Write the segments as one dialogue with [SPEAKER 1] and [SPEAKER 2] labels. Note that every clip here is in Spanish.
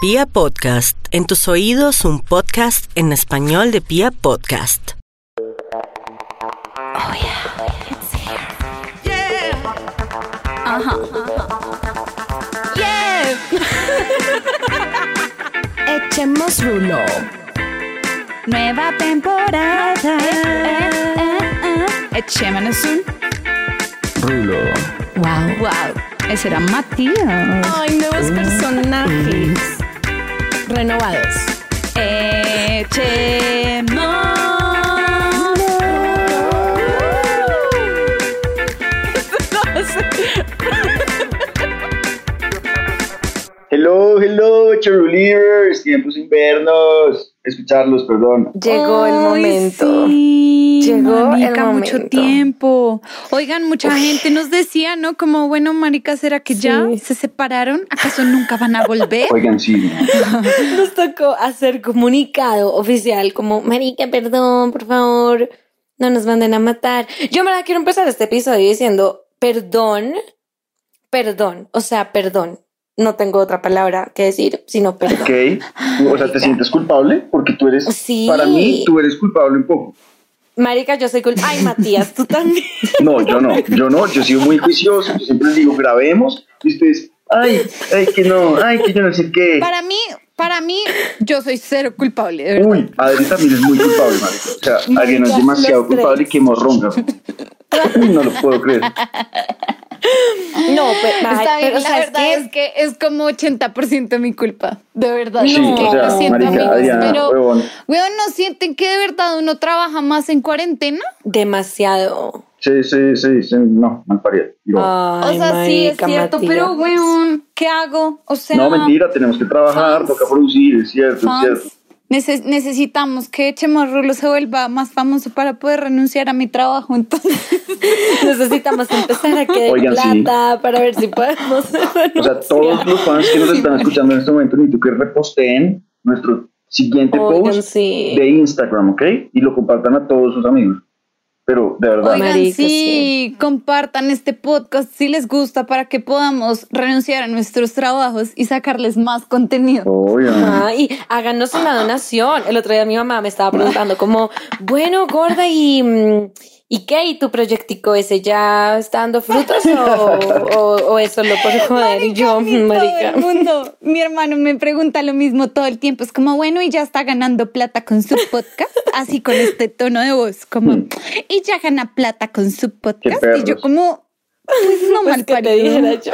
[SPEAKER 1] Pia Podcast, en tus oídos un podcast en español de Pia Podcast.
[SPEAKER 2] Oh yeah, it's here.
[SPEAKER 3] Yeah,
[SPEAKER 4] Echemos rulo.
[SPEAKER 2] Nueva temporada. Eh, Echémonos un
[SPEAKER 4] Wow.
[SPEAKER 2] wow. Ese era Matías.
[SPEAKER 3] hay nuevos personajes renovados.
[SPEAKER 2] Echémonos.
[SPEAKER 5] Hello, hello, Cheerleaders, tiempos invernos, escucharlos, perdón.
[SPEAKER 4] Llegó el
[SPEAKER 2] Ay,
[SPEAKER 4] momento.
[SPEAKER 2] sí,
[SPEAKER 4] Llegó
[SPEAKER 2] marica,
[SPEAKER 4] el
[SPEAKER 2] mucho
[SPEAKER 4] momento.
[SPEAKER 2] tiempo. Oigan, mucha gente nos decía, ¿no? Como, bueno, marica, ¿será que ya
[SPEAKER 4] Sí.
[SPEAKER 2] se separaron? ¿Acaso nunca van a volver?
[SPEAKER 5] Oigan, sí, ¿no?
[SPEAKER 4] Nos tocó hacer comunicado oficial como, marica, perdón, por favor, no nos manden a matar. Yo en verdad quiero empezar este episodio diciendo, perdón, perdón, o sea, perdón. No tengo otra palabra que decir, sino perdón.
[SPEAKER 5] ok. O sea, ¿te sientes culpable? Porque tú eres,
[SPEAKER 4] Sí.
[SPEAKER 5] para mí, tú eres culpable un poco.
[SPEAKER 4] Marica, yo soy culpa. Ay, Matías, tú también.
[SPEAKER 5] No, yo no, yo no, yo he sido muy juicioso, yo siempre les digo, grabemos, y ustedes, ay, ay, que no, ay, que yo no sé qué.
[SPEAKER 2] Para mí, para mí, yo soy cero culpable, de verdad.
[SPEAKER 5] Uy, Adri también es muy culpable, marica. O sea, Adri no es
[SPEAKER 4] Marica,
[SPEAKER 5] demasiado
[SPEAKER 4] los tres.
[SPEAKER 5] culpable que morronga. Uy, no lo puedo creer.
[SPEAKER 4] No, pero,
[SPEAKER 2] Está bien,
[SPEAKER 4] pero, o
[SPEAKER 2] la
[SPEAKER 4] sea, es
[SPEAKER 2] verdad
[SPEAKER 4] que-
[SPEAKER 2] es que es como 80% mi culpa, de verdad.
[SPEAKER 5] Sí,
[SPEAKER 2] es que
[SPEAKER 5] o sea,
[SPEAKER 2] lo siento,
[SPEAKER 5] marica,
[SPEAKER 2] amigos,
[SPEAKER 5] Adriana,
[SPEAKER 2] pero,
[SPEAKER 5] huevón.
[SPEAKER 2] weón, ¿no sienten que de verdad uno trabaja más en cuarentena?
[SPEAKER 4] demasiado.
[SPEAKER 5] Sí, sí, sí, sí, no, mal parido. Digo,
[SPEAKER 4] Ay,
[SPEAKER 2] o sea, sí, es
[SPEAKER 4] marica,
[SPEAKER 2] cierto, pero,
[SPEAKER 4] Matías.
[SPEAKER 2] weón, ¿qué hago? O sea,
[SPEAKER 5] No, mentira, tenemos que trabajar,
[SPEAKER 2] fans.
[SPEAKER 5] toca producir, es cierto, es
[SPEAKER 2] fans,
[SPEAKER 5] cierto.
[SPEAKER 2] neces- necesitamos que Chemorrulo se vuelva más famoso para poder renunciar a mi trabajo. Entonces,
[SPEAKER 4] Necesitamos empezar a que
[SPEAKER 5] Oigan, sí. Este
[SPEAKER 4] plata para ver si podemos.
[SPEAKER 5] O sea, todos los fans que nos están
[SPEAKER 4] pues.
[SPEAKER 5] escuchando en este momento, necesito que reposteen nuestro siguiente
[SPEAKER 4] Oigan,
[SPEAKER 5] post
[SPEAKER 4] sí.
[SPEAKER 5] de Instagram, ¿ok? Y lo compartan a todos sus amigos. Pero, de verdad,
[SPEAKER 2] oigan,
[SPEAKER 4] Marica,
[SPEAKER 2] sí,
[SPEAKER 4] sí.
[SPEAKER 2] compartan este podcast si les gusta para que podamos renunciar a nuestros trabajos y sacarles más contenido.
[SPEAKER 5] oigan.
[SPEAKER 4] Ah, y háganos una donación. El otro día mi mamá me estaba preguntando como, bueno, gorda, ¿y, mm, ¿y qué? ¿Y tu proyectico ese ya está dando frutos o, o- o eso lo por joder? Y
[SPEAKER 2] Marica, a
[SPEAKER 4] yo,
[SPEAKER 2] mí
[SPEAKER 4] marica.
[SPEAKER 2] Todo el mundo, mi hermano me pregunta lo mismo todo el tiempo. Es como, bueno, y ya está ganando plata con su podcast, así con este tono de voz, como,
[SPEAKER 4] Mm.
[SPEAKER 2] y ya gana plata con su podcast. Y yo
[SPEAKER 5] perros.
[SPEAKER 2] como, pues no
[SPEAKER 4] Pues
[SPEAKER 2] mal
[SPEAKER 4] que te
[SPEAKER 2] parido.
[SPEAKER 4] dijera yo.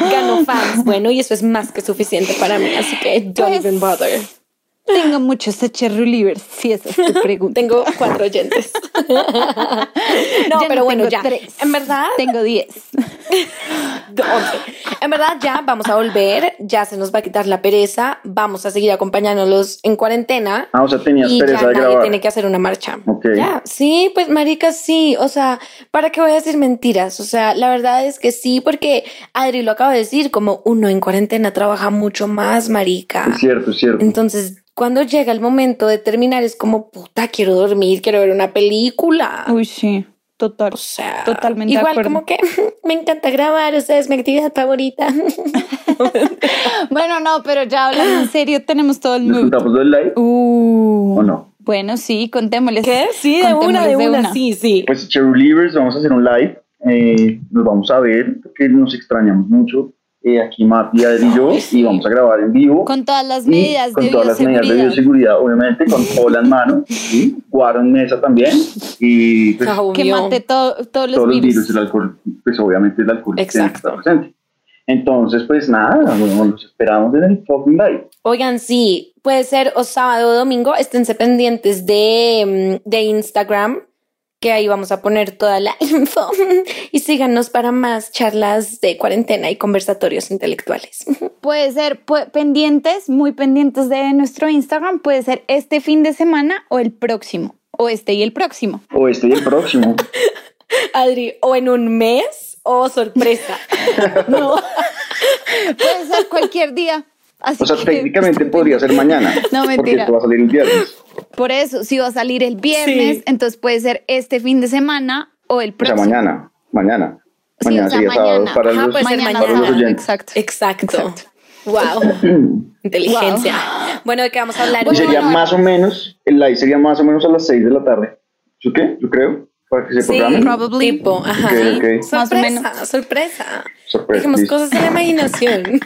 [SPEAKER 4] Ganó fans. Bueno, y eso es más que suficiente para mí, así que don't
[SPEAKER 2] Pues-
[SPEAKER 4] even bother.
[SPEAKER 2] Tengo muchos Cherrulivers, si esa es tu pregunta.
[SPEAKER 4] Tengo cuatro oyentes. no,
[SPEAKER 2] Ya
[SPEAKER 4] pero bueno,
[SPEAKER 2] tengo
[SPEAKER 4] ya.
[SPEAKER 2] tres.
[SPEAKER 4] En verdad,
[SPEAKER 2] Tengo diez.
[SPEAKER 4] de once. En verdad, ya vamos a volver, ya se nos va a quitar la pereza, vamos a seguir acompañándolos en cuarentena.
[SPEAKER 5] Ah, o sea, tenías
[SPEAKER 4] y
[SPEAKER 5] pereza
[SPEAKER 4] ya
[SPEAKER 5] de
[SPEAKER 4] nadie
[SPEAKER 5] grabar.
[SPEAKER 4] tiene que hacer una marcha.
[SPEAKER 5] Ok.
[SPEAKER 4] Ya, sí, pues marica, sí. O sea, ¿para qué voy a decir mentiras? O sea, la verdad es que sí, porque Adri lo acaba de decir, como uno en cuarentena trabaja mucho más, marica.
[SPEAKER 5] Es cierto, es cierto.
[SPEAKER 4] Entonces, cuando llega el momento de terminar, es como, puta, quiero dormir, quiero ver una película.
[SPEAKER 2] Uy, sí, total.
[SPEAKER 4] Ah. O sea,
[SPEAKER 2] Totalmente de
[SPEAKER 4] igual
[SPEAKER 2] acuerdo.
[SPEAKER 4] como que me encanta grabar, o sea, es mi actividad favorita.
[SPEAKER 2] Bueno, no, pero ya hablando en serio, tenemos todo el
[SPEAKER 5] ¿Nos
[SPEAKER 2] mundo.
[SPEAKER 5] contamos lo del live
[SPEAKER 2] Uh,
[SPEAKER 5] o no?
[SPEAKER 2] Bueno, sí, contémosles. Contémosles
[SPEAKER 4] sí, sí.
[SPEAKER 5] Pues, Cheerleaders, vamos a hacer un live. eh, nos vamos a ver, porque nos extrañamos mucho. eh, aquí Mati, Adri y yo, y vamos a grabar en vivo.
[SPEAKER 2] Con todas las
[SPEAKER 5] Y
[SPEAKER 2] medidas
[SPEAKER 5] con
[SPEAKER 2] de
[SPEAKER 5] todas las medidas de
[SPEAKER 2] bioseguridad.
[SPEAKER 5] bioseguridad, obviamente, con cola en mano, ¿sí? guaro en mesa también, y pues,
[SPEAKER 2] Que mate todo- todos los
[SPEAKER 5] todos los
[SPEAKER 2] virus.
[SPEAKER 5] virus, el alcohol, pues obviamente el alcohol tiene que
[SPEAKER 4] Exacto.
[SPEAKER 5] estar presente. Entonces, pues nada, bueno, los esperamos en el fucking live.
[SPEAKER 4] Oigan, sí, puede ser o sábado o domingo, esténse pendientes de, mm, de Instagram, que ahí vamos a poner toda la info. Y síganos para más charlas de cuarentena y conversatorios intelectuales.
[SPEAKER 2] Puede ser pu- pendientes, muy pendientes de nuestro Instagram. Puede ser este fin de semana o el próximo. O este y el próximo.
[SPEAKER 5] O este y el próximo.
[SPEAKER 4] Adri, o en un mes o sorpresa. No.
[SPEAKER 2] Puede ser cualquier día. Así
[SPEAKER 5] O sea,
[SPEAKER 2] que-
[SPEAKER 5] técnicamente podría ser mañana.
[SPEAKER 2] No,
[SPEAKER 5] Porque
[SPEAKER 2] mentira.
[SPEAKER 5] esto va a salir el viernes.
[SPEAKER 2] Por eso, si va a salir el viernes,
[SPEAKER 4] Sí.
[SPEAKER 2] entonces puede ser este fin de semana o el
[SPEAKER 5] O sea,
[SPEAKER 2] próximo.
[SPEAKER 5] mañana. Mañana.
[SPEAKER 2] Sí,
[SPEAKER 5] Mañana
[SPEAKER 2] o sea,
[SPEAKER 5] sería sábado
[SPEAKER 2] mañana.
[SPEAKER 5] para
[SPEAKER 2] Ajá, pues
[SPEAKER 5] los,
[SPEAKER 4] puede ser
[SPEAKER 2] mañana
[SPEAKER 5] para los
[SPEAKER 2] sábado,
[SPEAKER 5] oyentes.
[SPEAKER 2] Exacto.
[SPEAKER 4] Exacto.
[SPEAKER 2] Exacto.
[SPEAKER 4] Wow. Inteligencia. Bueno, ¿de qué vamos a hablar?
[SPEAKER 5] Y sería
[SPEAKER 4] hoy?
[SPEAKER 5] más o menos, el live sería más o menos a las 6 de la tarde. ¿Yo qué? Yo creo. Para que se
[SPEAKER 4] Sí,
[SPEAKER 5] programen.
[SPEAKER 2] Probably.
[SPEAKER 4] tipo, ajá.
[SPEAKER 5] Ok, ok.
[SPEAKER 4] Sorpresa,
[SPEAKER 2] Más o menos.
[SPEAKER 4] sorpresa.
[SPEAKER 5] Sorpresa,
[SPEAKER 4] Dejemos
[SPEAKER 5] listo.
[SPEAKER 4] cosas en la imaginación.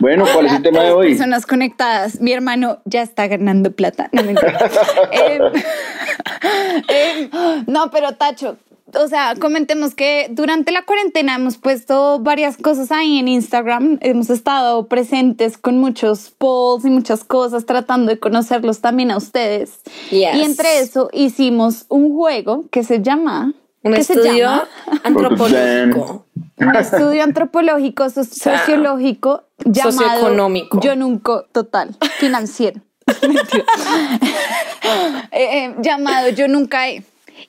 [SPEAKER 5] Bueno, ¿cuál es el tema de
[SPEAKER 2] Todas las
[SPEAKER 5] hoy?
[SPEAKER 2] Personas conectadas. Mi hermano ya está ganando plata. No me eh, No, pero Tacho, o sea, comentemos que durante la cuarentena hemos puesto varias cosas ahí en Instagram. Hemos estado presentes con muchos polls y muchas cosas, tratando de conocerlos también a ustedes.
[SPEAKER 4] Yes.
[SPEAKER 2] Y entre eso hicimos un juego que se llama.
[SPEAKER 4] Un
[SPEAKER 2] que se
[SPEAKER 4] estudio
[SPEAKER 2] llama
[SPEAKER 4] antropológico.
[SPEAKER 2] un estudio antropológico, so-
[SPEAKER 4] sea,
[SPEAKER 2] sociológico, llamado
[SPEAKER 4] socioeconómico.
[SPEAKER 2] Yo nunca, total, financiero. Mentira. Eh, eh, llamado Yo nunca he.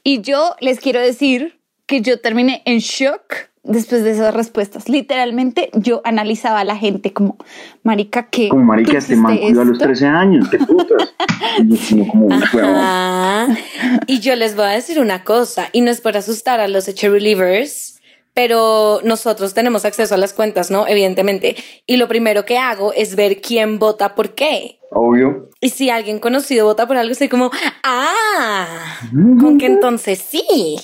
[SPEAKER 2] Y yo les quiero decir que yo terminé en shock después de esas respuestas. Literalmente yo analizaba a la gente como, marica, que...
[SPEAKER 5] Como marica, este man cuidó a los 13 años, qué putas. Y yo como, como un huevón.
[SPEAKER 4] Ah, y yo les voy a decir una cosa, y no es por asustar a los Eche Relievers, pero nosotros tenemos acceso a las cuentas, ¿no? Evidentemente. Y lo primero que hago es ver quién vota por qué.
[SPEAKER 5] Obvio.
[SPEAKER 4] Y si alguien conocido vota por algo, estoy como, ah, con que entonces sí.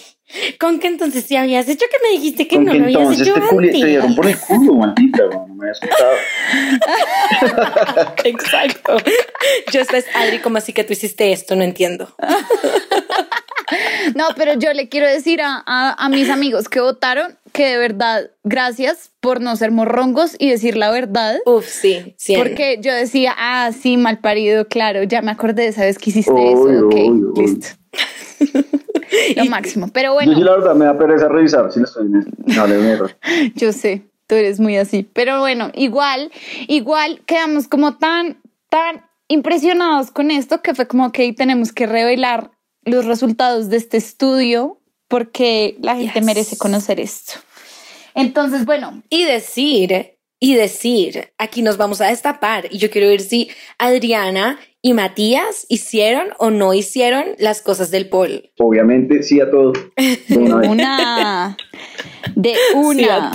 [SPEAKER 4] Con que entonces sí habías hecho que me dijiste que
[SPEAKER 5] Con
[SPEAKER 4] no
[SPEAKER 5] que
[SPEAKER 4] lo habías
[SPEAKER 5] entonces
[SPEAKER 4] hecho
[SPEAKER 5] te, culi- te dieron
[SPEAKER 4] antes.
[SPEAKER 5] por el culo, maldita, weón, no me habías contado.
[SPEAKER 4] Exacto. Yo estás, Adri, como así que tú hiciste esto, no entiendo.
[SPEAKER 2] No, pero yo le quiero decir a, a- a mis amigos que votaron que de verdad, gracias por no ser morrongos y decir la verdad.
[SPEAKER 4] Uf, sí, sí.
[SPEAKER 2] Porque yo decía, ah, sí, mal parido, claro, ya me acordé de esa vez que hiciste
[SPEAKER 5] Obvio,
[SPEAKER 2] eso. Ok,
[SPEAKER 5] obvio, obvio.
[SPEAKER 2] listo. Lo máximo. Pero
[SPEAKER 5] Yo sí,
[SPEAKER 2] bueno,
[SPEAKER 5] la verdad, me da pereza revisar si la estoy en esto. No, le mierda.
[SPEAKER 2] yo sé, tú eres muy así. Pero bueno, igual, igual quedamos como tan, tan impresionados con esto que fue como, ok, tenemos que revelar los resultados de este estudio porque la gente
[SPEAKER 4] Yes.
[SPEAKER 2] merece conocer esto. Entonces, bueno,
[SPEAKER 4] Y decir, y decir, aquí nos vamos a destapar. Y yo quiero ver si Adriana y Matías hicieron o no hicieron las cosas del poll.
[SPEAKER 5] Obviamente, sí a todo. De
[SPEAKER 2] de
[SPEAKER 5] una vez.
[SPEAKER 2] una, de una.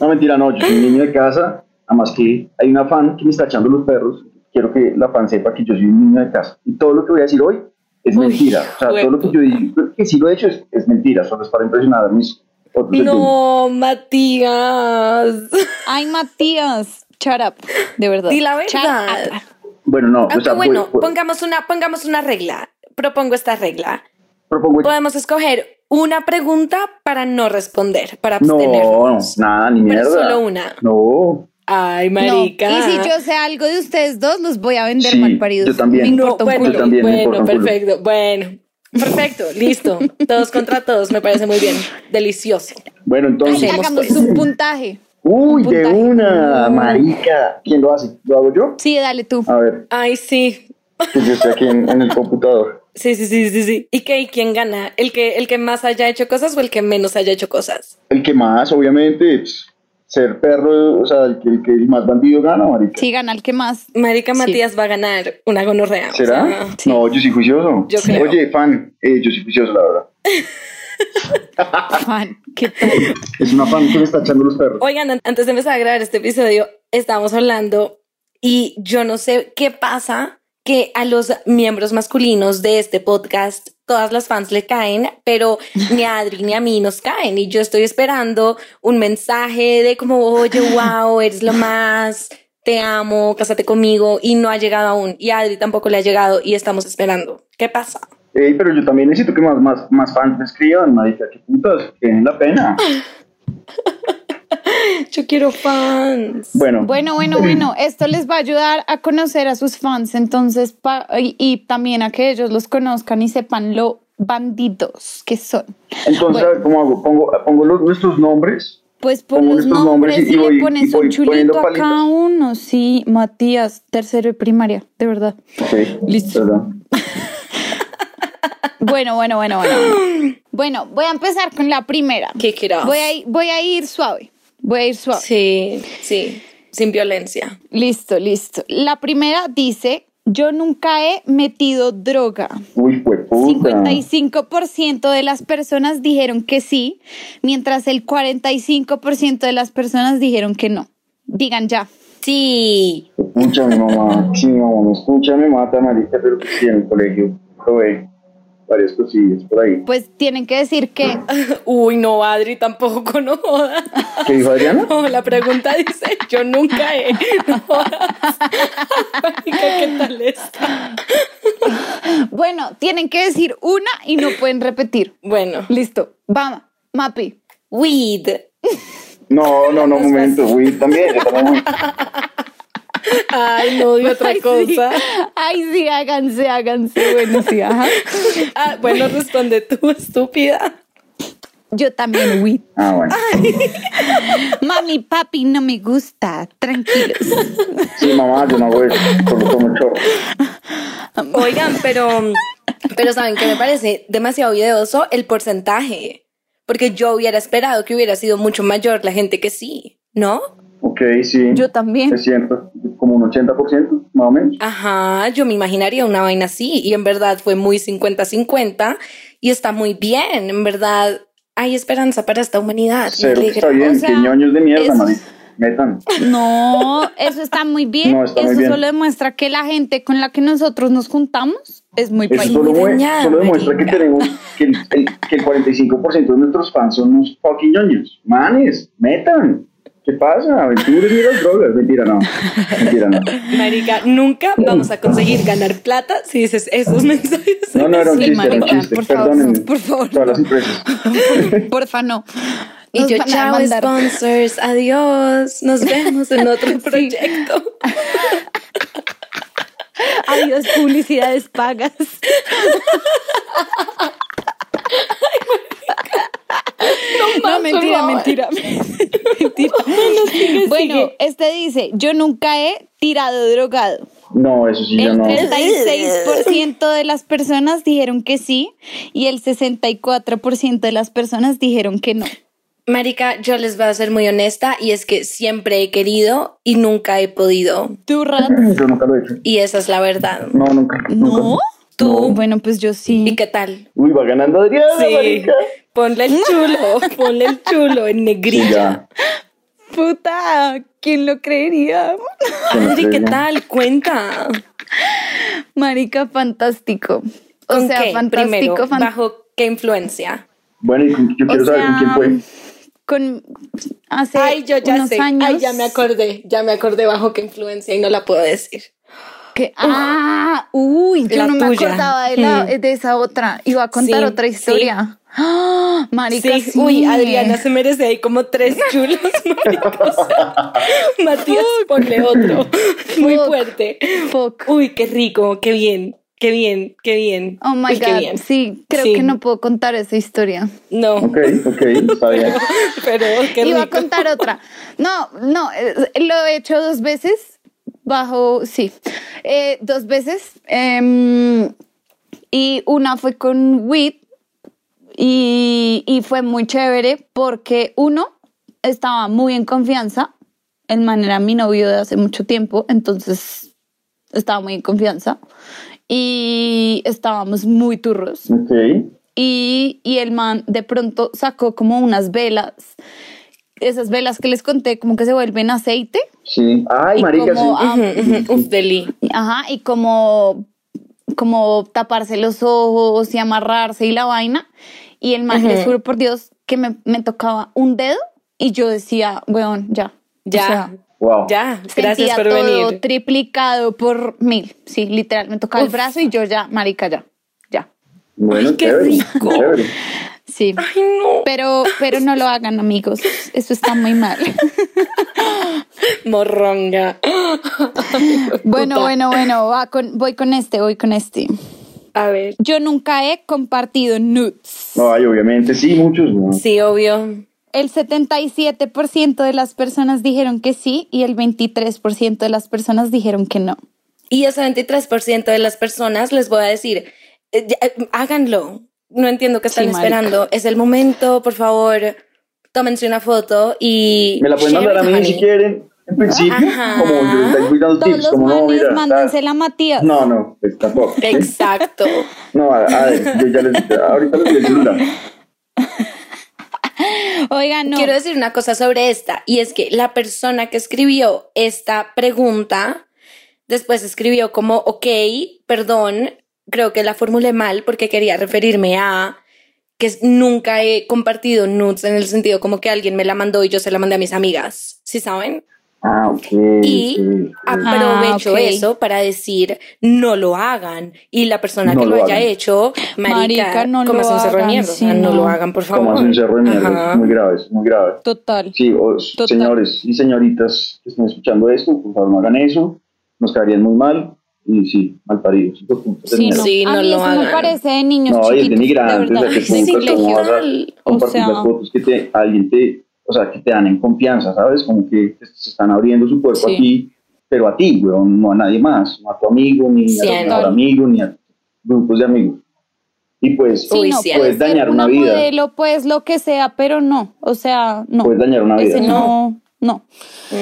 [SPEAKER 5] No, mentira, no, yo soy un niño de casa. Además que hay una fan que me está echando los perros. Quiero que la fan sepa que yo soy un niño de casa. Y todo lo que voy a decir hoy es mentira. O sea,
[SPEAKER 4] hijo de
[SPEAKER 5] todo lo que yo digo que sí lo he hecho es, es mentira. Solo es para impresionar a mis otros vecinos.
[SPEAKER 4] No, Matías.
[SPEAKER 5] Pues
[SPEAKER 2] Ay, Matías, shut up, de verdad.
[SPEAKER 4] Di la
[SPEAKER 2] Shut
[SPEAKER 4] verdad.
[SPEAKER 2] up.
[SPEAKER 5] Bueno, no. o
[SPEAKER 4] Aunque
[SPEAKER 5] sea, pues,
[SPEAKER 4] bueno,
[SPEAKER 5] fue- fue-
[SPEAKER 4] pongamos una, pongamos una regla. Propongo esta regla.
[SPEAKER 5] propongo-
[SPEAKER 4] Podemos escoger una pregunta para no responder, para
[SPEAKER 5] No, no,
[SPEAKER 4] abstenernos.
[SPEAKER 5] nada, ni
[SPEAKER 4] Pero
[SPEAKER 5] mierda.
[SPEAKER 4] solo una.
[SPEAKER 5] No.
[SPEAKER 4] Ay,
[SPEAKER 2] No, y
[SPEAKER 4] marica.
[SPEAKER 2] si yo sé algo de ustedes dos, los voy a vender
[SPEAKER 5] Sí,
[SPEAKER 2] mal paridos.
[SPEAKER 5] yo también.
[SPEAKER 2] Me
[SPEAKER 4] No,
[SPEAKER 2] importa un
[SPEAKER 4] bueno,
[SPEAKER 5] Yo
[SPEAKER 2] culo.
[SPEAKER 5] también me
[SPEAKER 4] bueno,
[SPEAKER 5] importa un culo.
[SPEAKER 4] perfecto, bueno. Perfecto, listo. Todos contra todos, me parece muy bien. Delicioso.
[SPEAKER 5] Bueno,
[SPEAKER 2] Ay,
[SPEAKER 5] entonces.
[SPEAKER 4] Hacemos,
[SPEAKER 2] hagamos
[SPEAKER 4] pues.
[SPEAKER 2] un puntaje. un
[SPEAKER 5] Uy, de
[SPEAKER 2] puntaje.
[SPEAKER 5] una, marica. ¿Quién lo hace? ¿Lo hago yo?
[SPEAKER 2] Sí, dale tú.
[SPEAKER 5] A ver,
[SPEAKER 4] Ay, sí.
[SPEAKER 5] que yo estoy aquí en, en el computador.
[SPEAKER 4] Sí, sí, sí, sí, sí. ¿Y qué? ¿Y quién gana? ¿El que, ¿El que más haya hecho cosas o el que menos haya hecho cosas?
[SPEAKER 5] El que más, obviamente, pues, ser perro, o sea, el que, el que más bandido gana, marica.
[SPEAKER 2] Sí, gana el que más.
[SPEAKER 4] Marica Matías va a ganar una gonorrea. o
[SPEAKER 5] ¿Será?
[SPEAKER 4] sea,
[SPEAKER 5] No, yo soy juicioso.
[SPEAKER 4] Yo creo.
[SPEAKER 5] Oye, fan, eh, yo soy juicioso, la verdad.
[SPEAKER 2] Juan, qué tal.
[SPEAKER 5] Es una fan que le está echando los perros.
[SPEAKER 4] Oigan, an- antes de empezar a grabar este episodio, estábamos hablando y yo no sé qué pasa que a los miembros masculinos de este podcast todas las fans le caen, pero ni a Adri ni a mí nos caen y yo estoy esperando un mensaje de como, oye, wow, eres lo más, te amo, cásate conmigo y no ha llegado aún y a Adri tampoco le ha llegado y estamos esperando. ¿Qué pasa?
[SPEAKER 5] Ey, pero yo también necesito que más, más, más fans me escriban, marica. Qué putas, que den la pena.
[SPEAKER 4] Yo quiero fans.
[SPEAKER 5] Bueno,
[SPEAKER 2] Bueno, bueno, bueno. Esto les va a ayudar a conocer a sus fans, entonces, pa- y, y también a que ellos los conozcan y sepan lo banditos que son.
[SPEAKER 5] entonces, a ver, ¿cómo hago? Pongo, pongo los- nuestros nombres.
[SPEAKER 2] Pues pon
[SPEAKER 5] Pongo
[SPEAKER 2] los
[SPEAKER 5] estos nombres
[SPEAKER 2] nombres
[SPEAKER 5] y
[SPEAKER 2] y,
[SPEAKER 5] voy-
[SPEAKER 2] le
[SPEAKER 5] y
[SPEAKER 2] pones
[SPEAKER 5] voy
[SPEAKER 2] un
[SPEAKER 5] poniendo
[SPEAKER 2] chulito a
[SPEAKER 5] palitos.
[SPEAKER 2] cada uno. Sí, Matías, tercero de primaria, de verdad.
[SPEAKER 5] Ok,
[SPEAKER 2] Listo.
[SPEAKER 5] ¿verdad?
[SPEAKER 2] Bueno, bueno, bueno, bueno. Bueno, voy a empezar con la primera.
[SPEAKER 4] Kick it off.
[SPEAKER 2] Voy a, ir- voy a ir suave. Voy a ir suave.
[SPEAKER 4] Sí, sí, sin violencia.
[SPEAKER 2] Listo, listo. La primera dice, yo nunca he metido droga.
[SPEAKER 5] Uy, fue puta.
[SPEAKER 2] 55% de las personas dijeron que sí, mientras el 45% de las personas dijeron que no. Digan ya.
[SPEAKER 4] Sí.
[SPEAKER 5] Escucha mi mamá, si mi mamá me escucha, me mata, marica, pero pues sí, en el colegio probé varias cosillas por ahí.
[SPEAKER 2] Pues tienen que decir que
[SPEAKER 6] Uy, no, Adri, tampoco, no jodas.
[SPEAKER 5] ¿Qué dijo Adriana?
[SPEAKER 6] No, la pregunta dice, yo nunca he, no jodas. Marica, ¿qué tal está?
[SPEAKER 2] Bueno, tienen que decir una y no pueden repetir.
[SPEAKER 6] Bueno,
[SPEAKER 2] Listo. Vamos, Mapi.
[SPEAKER 4] Weed.
[SPEAKER 5] No, no, no, un momento, güey, también, yo también. güey.
[SPEAKER 6] ay, no, di otra
[SPEAKER 2] Ay, sí.
[SPEAKER 6] cosa.
[SPEAKER 2] Ay, sí, háganse, háganse. Bueno, sí, ajá.
[SPEAKER 6] Ah, bueno, responde tú, estúpida.
[SPEAKER 2] Yo también, weed.
[SPEAKER 5] Ah, bueno.
[SPEAKER 2] Mami, papi, no me gusta. Tranquilos.
[SPEAKER 5] Sí, mamá, yo no hago eso, solo tomo chorro.
[SPEAKER 6] Oigan, pero
[SPEAKER 4] Pero saben que me parece demasiado videoso el porcentaje. Porque yo hubiera esperado que hubiera sido mucho mayor la gente que sí, ¿no?
[SPEAKER 5] Ok, sí.
[SPEAKER 2] Yo también.
[SPEAKER 5] Me siento como un 80%, más o menos.
[SPEAKER 4] Ajá, yo me imaginaría una vaina así y en verdad fue muy 50-50 y está muy bien, en verdad hay esperanza para esta
[SPEAKER 2] Ah,
[SPEAKER 4] humanidad. me
[SPEAKER 5] Cero que está
[SPEAKER 4] alegra.
[SPEAKER 5] bien,
[SPEAKER 2] o sea,
[SPEAKER 5] que ñoños de mierda,
[SPEAKER 2] es-
[SPEAKER 5] marica. Metan.
[SPEAKER 2] No, eso está muy bien.
[SPEAKER 5] No, está muy
[SPEAKER 2] eso
[SPEAKER 5] bien.
[SPEAKER 2] solo demuestra que la gente con la que nosotros nos juntamos es muy
[SPEAKER 5] Eso
[SPEAKER 2] país.
[SPEAKER 5] solo, mue-
[SPEAKER 4] dañada,
[SPEAKER 5] solo demuestra que
[SPEAKER 4] marica.
[SPEAKER 5] tenemos que el, el- que el 45% de nuestros fans son unos fucking ñoños. Manes, metan. ¿Qué pasa? Aventuras y las drogas. Mentira, no. Mentira, no.
[SPEAKER 6] Marica, nunca vamos a conseguir ganar plata si dices esos mensajes.
[SPEAKER 5] No, no era un
[SPEAKER 2] Sí,
[SPEAKER 5] chiste, era un
[SPEAKER 2] marica,
[SPEAKER 5] chiste.
[SPEAKER 2] por favor,
[SPEAKER 5] Perdónenme.
[SPEAKER 2] por favor,
[SPEAKER 5] Todas
[SPEAKER 2] no.
[SPEAKER 5] las empresas.
[SPEAKER 2] Porfa, no.
[SPEAKER 4] Y
[SPEAKER 2] Nos
[SPEAKER 4] yo,
[SPEAKER 2] van a
[SPEAKER 4] chao
[SPEAKER 2] mandar.
[SPEAKER 4] sponsors, adiós, nos vemos en otro proyecto.
[SPEAKER 2] Adiós, publicidades pagas. No, mentira, mentira, mentira. bueno, este dice, yo nunca he tirado drogado.
[SPEAKER 5] No, eso sí, yo
[SPEAKER 2] El
[SPEAKER 5] no.
[SPEAKER 2] 36% de las personas dijeron que sí y el 64% de las personas dijeron que no.
[SPEAKER 4] Marica, yo les voy a ser muy honesta y es que siempre he querido y nunca he podido.
[SPEAKER 2] ¿Tú, Rat?
[SPEAKER 5] Yo nunca lo he hecho.
[SPEAKER 4] Y esa es la verdad.
[SPEAKER 5] No, nunca.
[SPEAKER 2] ¿No?
[SPEAKER 5] nunca.
[SPEAKER 2] ¿Tú? Bueno, pues yo
[SPEAKER 4] ¿Y
[SPEAKER 2] sí.
[SPEAKER 4] qué tal?
[SPEAKER 5] Uy, va ganando Adriana,
[SPEAKER 6] Sí,
[SPEAKER 5] marica.
[SPEAKER 6] ponle el chulo, ponle el chulo en
[SPEAKER 5] Sí,
[SPEAKER 6] negrilla.
[SPEAKER 5] ya.
[SPEAKER 2] Puta, ¿quién lo creería?
[SPEAKER 5] Yo no
[SPEAKER 4] Adri,
[SPEAKER 5] creo,
[SPEAKER 4] ¿qué
[SPEAKER 5] ya.
[SPEAKER 4] tal? Cuenta.
[SPEAKER 2] Marica, fantástico. O
[SPEAKER 4] ¿Con
[SPEAKER 2] sea,
[SPEAKER 4] qué?
[SPEAKER 2] fantástico,
[SPEAKER 4] Primero,
[SPEAKER 2] fan-
[SPEAKER 4] ¿bajo qué influencia?
[SPEAKER 5] Bueno, y con- yo quiero saber con quién fue.
[SPEAKER 2] Con hace
[SPEAKER 6] Ay, yo ya
[SPEAKER 2] unos
[SPEAKER 6] sé.
[SPEAKER 2] años.
[SPEAKER 6] Ay, ya me acordé, ya me acordé bajo qué influencia y no la puedo decir.
[SPEAKER 2] que- ah, uy, yo
[SPEAKER 6] La
[SPEAKER 2] no me
[SPEAKER 6] tuya. Hmm.
[SPEAKER 2] acordaba de, la- de esa otra. Iba a contar
[SPEAKER 6] Sí,
[SPEAKER 2] otra
[SPEAKER 6] sí.
[SPEAKER 2] historia. Ah, marica,
[SPEAKER 6] Sí,
[SPEAKER 2] sí.
[SPEAKER 6] uy, Adriana se merece ahí como tres chulos, maricos. Matías, ponle otro. Muy
[SPEAKER 2] Fuck.
[SPEAKER 6] fuerte.
[SPEAKER 2] Fuck.
[SPEAKER 6] Uy, qué rico, qué bien, qué bien, qué bien.
[SPEAKER 2] Oh my
[SPEAKER 6] Uy, qué
[SPEAKER 2] god.
[SPEAKER 6] bien.
[SPEAKER 2] Sí, creo
[SPEAKER 6] Sí.
[SPEAKER 2] que no puedo contar esa historia.
[SPEAKER 6] No,
[SPEAKER 5] Ok, ok, está bien.
[SPEAKER 6] pero qué
[SPEAKER 2] Iba
[SPEAKER 6] rico.
[SPEAKER 2] a contar otra. No, no, eh, lo he hecho dos veces bajo, sí, eh, dos veces. em, y una fue con WIT y, y fue muy chévere porque uno estaba muy en confianza. El man era mi novio de hace mucho tiempo, entonces estaba muy en confianza. Y estábamos muy turros
[SPEAKER 5] Ok.
[SPEAKER 2] y, y el man de pronto sacó como unas velas, esas velas que les conté, como que se vuelven aceite,
[SPEAKER 5] Sí. Ay,
[SPEAKER 2] Y
[SPEAKER 5] marica,
[SPEAKER 2] como,
[SPEAKER 5] sí.
[SPEAKER 2] ah,
[SPEAKER 4] Uf, Deli.
[SPEAKER 2] ajá, y como, como taparse los ojos y amarrarse y la vaina. Y el man, les juro por Dios, que me, me tocaba un dedo y yo decía, weón, ya.
[SPEAKER 6] Ya.
[SPEAKER 2] O sea,
[SPEAKER 5] Wow.
[SPEAKER 6] Ya, gracias
[SPEAKER 2] sentía
[SPEAKER 6] por
[SPEAKER 2] todo
[SPEAKER 6] venir.
[SPEAKER 2] triplicado por mil. Sí, literal, me tocaba el brazo y yo ya, marica, ya, ya.
[SPEAKER 5] Bueno,
[SPEAKER 6] Ay, qué
[SPEAKER 5] chévere,
[SPEAKER 6] rico.
[SPEAKER 5] chévere.
[SPEAKER 2] Sí.
[SPEAKER 6] Ay, no.
[SPEAKER 2] Pero, pero no lo hagan, amigos. Eso está muy mal.
[SPEAKER 6] Morronga.
[SPEAKER 2] Bueno, bueno, bueno. va con- voy con este, voy con este.
[SPEAKER 6] A ver.
[SPEAKER 2] Yo nunca he compartido nudes.
[SPEAKER 5] Ay, obviamente, sí, muchos. ¿no?
[SPEAKER 4] Sí, obvio.
[SPEAKER 2] El 77% de las personas dijeron que sí y el 23% de las personas dijeron que no.
[SPEAKER 4] Y ese 23% de las personas les voy a decir, eh, ya, eh, háganlo. No entiendo qué están
[SPEAKER 2] marica.
[SPEAKER 4] esperando. Es el momento, por favor, tómense una foto y...
[SPEAKER 5] Me la pueden
[SPEAKER 4] share
[SPEAKER 5] mandar a
[SPEAKER 4] it,
[SPEAKER 5] mí
[SPEAKER 4] honey.
[SPEAKER 5] si quieren. En principio,
[SPEAKER 4] Ajá.
[SPEAKER 5] como yo les voy dando
[SPEAKER 2] Todos
[SPEAKER 5] tips,
[SPEAKER 2] los
[SPEAKER 5] como no,
[SPEAKER 2] manes,
[SPEAKER 5] mira.
[SPEAKER 2] mándensela a Matías.
[SPEAKER 5] tal. No, no, pues tampoco.
[SPEAKER 4] Exacto.
[SPEAKER 5] No, a, a ver, yo ya les. Ahorita les voy a ayudar.
[SPEAKER 2] Oigan, Ah, no.
[SPEAKER 4] Quiero decir una cosa sobre esta, y es que la persona que escribió esta pregunta después escribió como, ok, perdón, creo que la formulé mal porque quería referirme a que es- nunca he compartido nudes en el sentido como que alguien me la mandó y yo se la mandé a mis amigas, ¿sí saben? Ah,
[SPEAKER 5] Ah, ok.
[SPEAKER 4] Y
[SPEAKER 5] ok.
[SPEAKER 4] Aprovecho
[SPEAKER 2] Ah, ok.
[SPEAKER 4] eso para decir, no lo hagan. Y la persona
[SPEAKER 5] No
[SPEAKER 4] que
[SPEAKER 5] lo
[SPEAKER 4] lo haya
[SPEAKER 5] hagan.
[SPEAKER 4] hecho, marica,
[SPEAKER 2] Marica, no
[SPEAKER 4] cómase
[SPEAKER 2] lo
[SPEAKER 4] un cerro de
[SPEAKER 2] hagan,
[SPEAKER 4] mierda, o
[SPEAKER 2] sí,
[SPEAKER 4] sea, no.
[SPEAKER 2] no.
[SPEAKER 4] lo hagan, por favor.
[SPEAKER 5] Como hace un cerro de mierda,
[SPEAKER 4] Ajá.
[SPEAKER 5] es muy grave, es muy grave.
[SPEAKER 2] Total.
[SPEAKER 5] Sí, o-
[SPEAKER 2] Total.
[SPEAKER 5] señores y señoritas que estén escuchando esto, por favor no hagan eso, nos caerían muy mal y sí, mal paridos. cinco puntos de
[SPEAKER 2] Sí, no.
[SPEAKER 5] mierda.
[SPEAKER 4] Sí,
[SPEAKER 2] a
[SPEAKER 4] no
[SPEAKER 2] mí
[SPEAKER 4] lo
[SPEAKER 2] eso me
[SPEAKER 4] hagan.
[SPEAKER 2] parece de niños
[SPEAKER 5] No, y es
[SPEAKER 2] chiquitos.
[SPEAKER 5] denigrante, o sea,
[SPEAKER 4] verdad.
[SPEAKER 5] que
[SPEAKER 4] Sí,
[SPEAKER 5] tú nunca
[SPEAKER 4] sí,
[SPEAKER 5] como vas
[SPEAKER 4] legal.
[SPEAKER 5] a
[SPEAKER 2] O
[SPEAKER 5] compartir
[SPEAKER 2] sea-
[SPEAKER 5] las fotos que te, alguien te, o sea, que te dan en confianza, ¿sabes? Como que te- se están abriendo su cuerpo
[SPEAKER 2] Sí.
[SPEAKER 5] a ti, pero a ti, weón, no a nadie más, no a tu amigo, ni
[SPEAKER 4] Sí,
[SPEAKER 5] a tu
[SPEAKER 4] no.
[SPEAKER 5] mejor amigo, ni a grupos de amigos. Y pues,
[SPEAKER 4] Sí,
[SPEAKER 2] Sí, no,
[SPEAKER 4] Uy, sí,
[SPEAKER 2] puede
[SPEAKER 5] puedes
[SPEAKER 2] ser
[SPEAKER 5] dañar una vida. Pues
[SPEAKER 2] modelo, pues lo que sea, pero no. O sea, no.
[SPEAKER 5] puedes dañar una vida.
[SPEAKER 2] Ese no, no.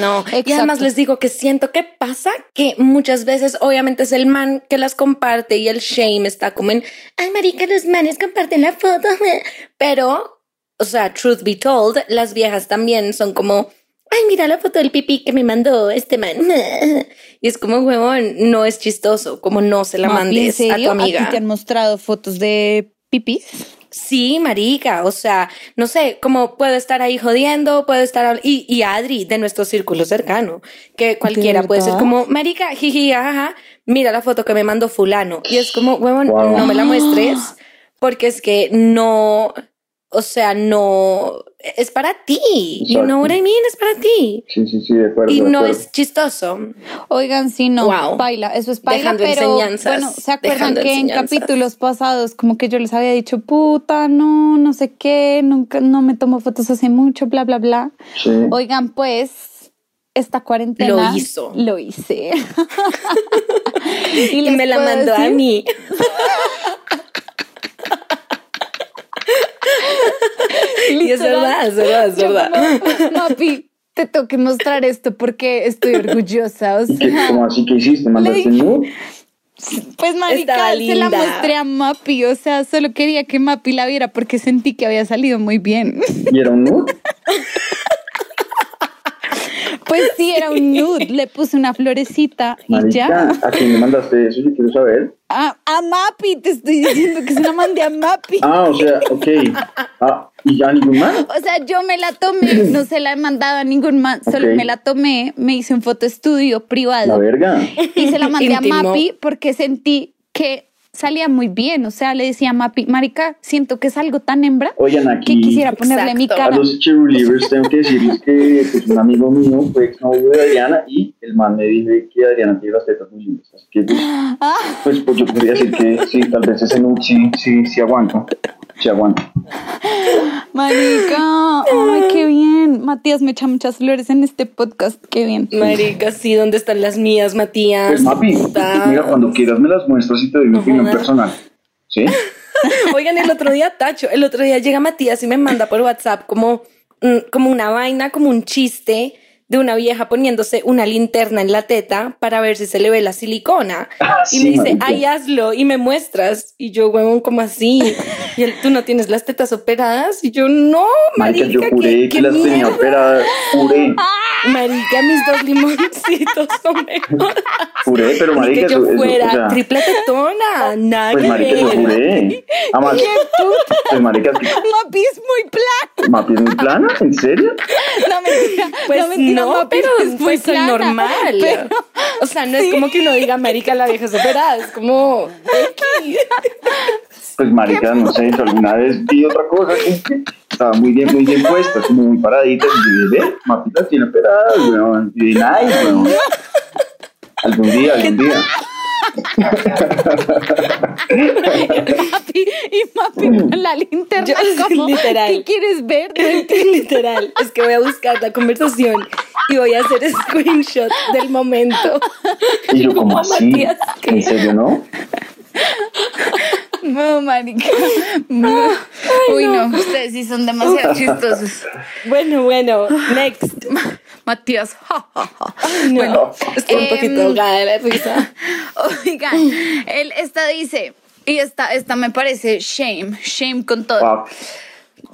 [SPEAKER 4] No, y
[SPEAKER 2] Exacto.
[SPEAKER 4] además les digo que siento que pasa que muchas veces, obviamente, es el man que las comparte y el shame está como en, ay, marica, los manes comparten la foto. Pero, o sea, truth be told, las viejas también son como, ay, mira la foto del pipí que me mandó este man. Y es como, huevón, no es chistoso, como no se la
[SPEAKER 2] Mapi, ¿en
[SPEAKER 4] mandes a tu
[SPEAKER 2] serio? ti
[SPEAKER 4] amiga.
[SPEAKER 2] te han mostrado fotos de pipis?
[SPEAKER 4] Sí, marica, o sea, no sé, como puedo estar ahí jodiendo, puedo estar habl- y, y Adri de nuestro círculo cercano, que cualquiera puede ser
[SPEAKER 2] verdad?
[SPEAKER 4] como, marica, jiji, ajaja, mira la foto que me mandó fulano y es como, huevón,
[SPEAKER 5] Wow.
[SPEAKER 4] no me la muestres porque es que no, o sea, no es para ti, you know what I mean, es para ti
[SPEAKER 5] Sí, sí, sí, de acuerdo.
[SPEAKER 4] y
[SPEAKER 5] de
[SPEAKER 4] no
[SPEAKER 5] acuerdo.
[SPEAKER 4] es chistoso.
[SPEAKER 2] Oigan, sí, no,
[SPEAKER 4] Wow.
[SPEAKER 2] baila, eso es baila,
[SPEAKER 4] Dejando
[SPEAKER 2] pero
[SPEAKER 4] enseñanzas,
[SPEAKER 2] bueno, ¿se acuerdan
[SPEAKER 4] dejando
[SPEAKER 2] que en
[SPEAKER 4] enseñanzas.
[SPEAKER 2] capítulos pasados como que yo les había dicho, puta, no, no sé qué, nunca, no me tomo fotos hace mucho, bla, bla, bla?
[SPEAKER 5] Sí.
[SPEAKER 2] Oigan, pues, esta cuarentena...
[SPEAKER 4] Lo hizo.
[SPEAKER 2] Lo hice.
[SPEAKER 4] Y
[SPEAKER 2] les
[SPEAKER 4] me la
[SPEAKER 2] puedo
[SPEAKER 4] mandó a
[SPEAKER 2] decir-
[SPEAKER 4] mí. Y es
[SPEAKER 2] Literal.
[SPEAKER 4] verdad, es verdad, es
[SPEAKER 2] Yo
[SPEAKER 4] verdad.
[SPEAKER 2] como, Mapi, te tengo que mostrar esto porque estoy orgullosa. O
[SPEAKER 5] ¿Qué-
[SPEAKER 2] sea,
[SPEAKER 5] ¿Cómo así que hiciste? ¿Mandaste
[SPEAKER 2] dije-
[SPEAKER 5] nude?
[SPEAKER 2] pues marica,
[SPEAKER 4] Estaba
[SPEAKER 2] se la
[SPEAKER 4] linda.
[SPEAKER 2] mostré a Mapi. O sea, solo quería que Mapi la viera porque sentí que había salido muy bien.
[SPEAKER 5] ¿Y era un nude?
[SPEAKER 2] Pues sí, era un nude. Le puse una florecita y
[SPEAKER 5] Marica,
[SPEAKER 2] ya.
[SPEAKER 5] ¿a quién le mandaste eso? Yo quiero saber.
[SPEAKER 2] A, a Mapi, te estoy diciendo que se la mandé a Mapi.
[SPEAKER 5] Ah, o sea, ok. Ah, ¿Y ya ningún más?
[SPEAKER 2] O sea, yo me la tomé, no se la he mandado a ningún man, solo
[SPEAKER 5] Ok.
[SPEAKER 2] me la tomé, me hice un foto estudio
[SPEAKER 5] La
[SPEAKER 2] privado
[SPEAKER 5] verga.
[SPEAKER 2] y se la mandé a
[SPEAKER 4] Íntimo.
[SPEAKER 2] Mapi porque sentí que salía muy bien. O sea, le decía a Mapi, Marica, siento que es algo tan hembra
[SPEAKER 5] Oigan,
[SPEAKER 2] que
[SPEAKER 5] aquí.
[SPEAKER 2] quisiera ponerle mi
[SPEAKER 5] A
[SPEAKER 2] cara.
[SPEAKER 5] los cheerleaders tengo que decirles que pues, un amigo mío fue exnovio de Adriana y el man me dijo que Adriana tiene las tetas muy lindas. Así que, pues,
[SPEAKER 2] Ah.
[SPEAKER 5] pues, pues, yo podría decir que sí, tal vez ese no, sí, sí, sí aguanta. Sí aguanta.
[SPEAKER 2] Marica, ay, qué bien. Matías me echa muchas flores en este podcast, qué bien.
[SPEAKER 4] Marica, sí, ¿dónde están las mías, Matías?
[SPEAKER 5] Pues, Mapi,
[SPEAKER 4] Puta.
[SPEAKER 5] mira, cuando quieras me las muestras y te doy mi opinión personal. ¿Sí?
[SPEAKER 4] Oigan, el otro día, Tacho, el otro día llega Matías y me manda por WhatsApp como, mm, como una vaina, como un chiste de una vieja poniéndose una linterna en la teta para ver si se le ve la silicona.
[SPEAKER 5] Ah,
[SPEAKER 4] y
[SPEAKER 5] sí,
[SPEAKER 4] me dice,
[SPEAKER 5] marica.
[SPEAKER 4] ay, hazlo, y me muestras. Y yo, huevón, como así? Y él, ¿tú no tienes las tetas operadas? Y yo, no,
[SPEAKER 5] Marica,
[SPEAKER 4] marica,
[SPEAKER 5] yo
[SPEAKER 4] ¿qué-
[SPEAKER 5] juré
[SPEAKER 4] qué
[SPEAKER 5] que las tenía
[SPEAKER 4] mierda?".
[SPEAKER 5] operadas. Juré.
[SPEAKER 4] Marica, mis dos limoncitos son mejores.
[SPEAKER 5] Juré, pero
[SPEAKER 4] Ni
[SPEAKER 5] marica,
[SPEAKER 4] que yo
[SPEAKER 5] eso, eso,
[SPEAKER 4] fuera
[SPEAKER 5] o sea,
[SPEAKER 4] triple tetona, nada
[SPEAKER 5] pues
[SPEAKER 4] que
[SPEAKER 5] marica, yo
[SPEAKER 4] ver.
[SPEAKER 5] juré. Además, pues marica,
[SPEAKER 2] Mapi es muy plana.
[SPEAKER 5] Mapi es muy plana, ¿en serio?
[SPEAKER 2] No mentira,
[SPEAKER 4] Pues
[SPEAKER 2] no, mentira,
[SPEAKER 4] no,
[SPEAKER 2] Mapi
[SPEAKER 4] pero
[SPEAKER 2] es muy
[SPEAKER 4] pues
[SPEAKER 2] plana,
[SPEAKER 4] normal.
[SPEAKER 2] pero-
[SPEAKER 4] o sea, no es como que uno diga América la vieja superada, es como "X".
[SPEAKER 5] Pues marica, no sé, yo alguna vez vi otra cosa, como que estaba muy bien, muy bien puesta, como muy paradita, y dije, ve, Mapi las tiene operadas, weón, y dije, ay, weón. Algún día, algún día.
[SPEAKER 2] Mapi, y Mapi con la linterna
[SPEAKER 4] Mm. Yo-
[SPEAKER 2] como,
[SPEAKER 4] literal.
[SPEAKER 2] ¿qué quieres ver?
[SPEAKER 4] literal, es que voy a buscar la conversación y voy a hacer screenshot del momento.
[SPEAKER 5] Y yo, como
[SPEAKER 4] No,
[SPEAKER 5] así,
[SPEAKER 4] Matías, ¿qué?
[SPEAKER 5] ¿en serio no?
[SPEAKER 2] No, marica. No. Uy, no. ustedes sí son demasiado chistosos.
[SPEAKER 4] Bueno, bueno, next.
[SPEAKER 2] Matías, ja, ja, ja.
[SPEAKER 4] No, estoy un
[SPEAKER 2] em,
[SPEAKER 4] poquito ahogada de la risa.
[SPEAKER 2] Oigan,
[SPEAKER 5] Ah,
[SPEAKER 2] él esta dice, y esta, esta me parece shame, shame con todo.
[SPEAKER 5] Wow.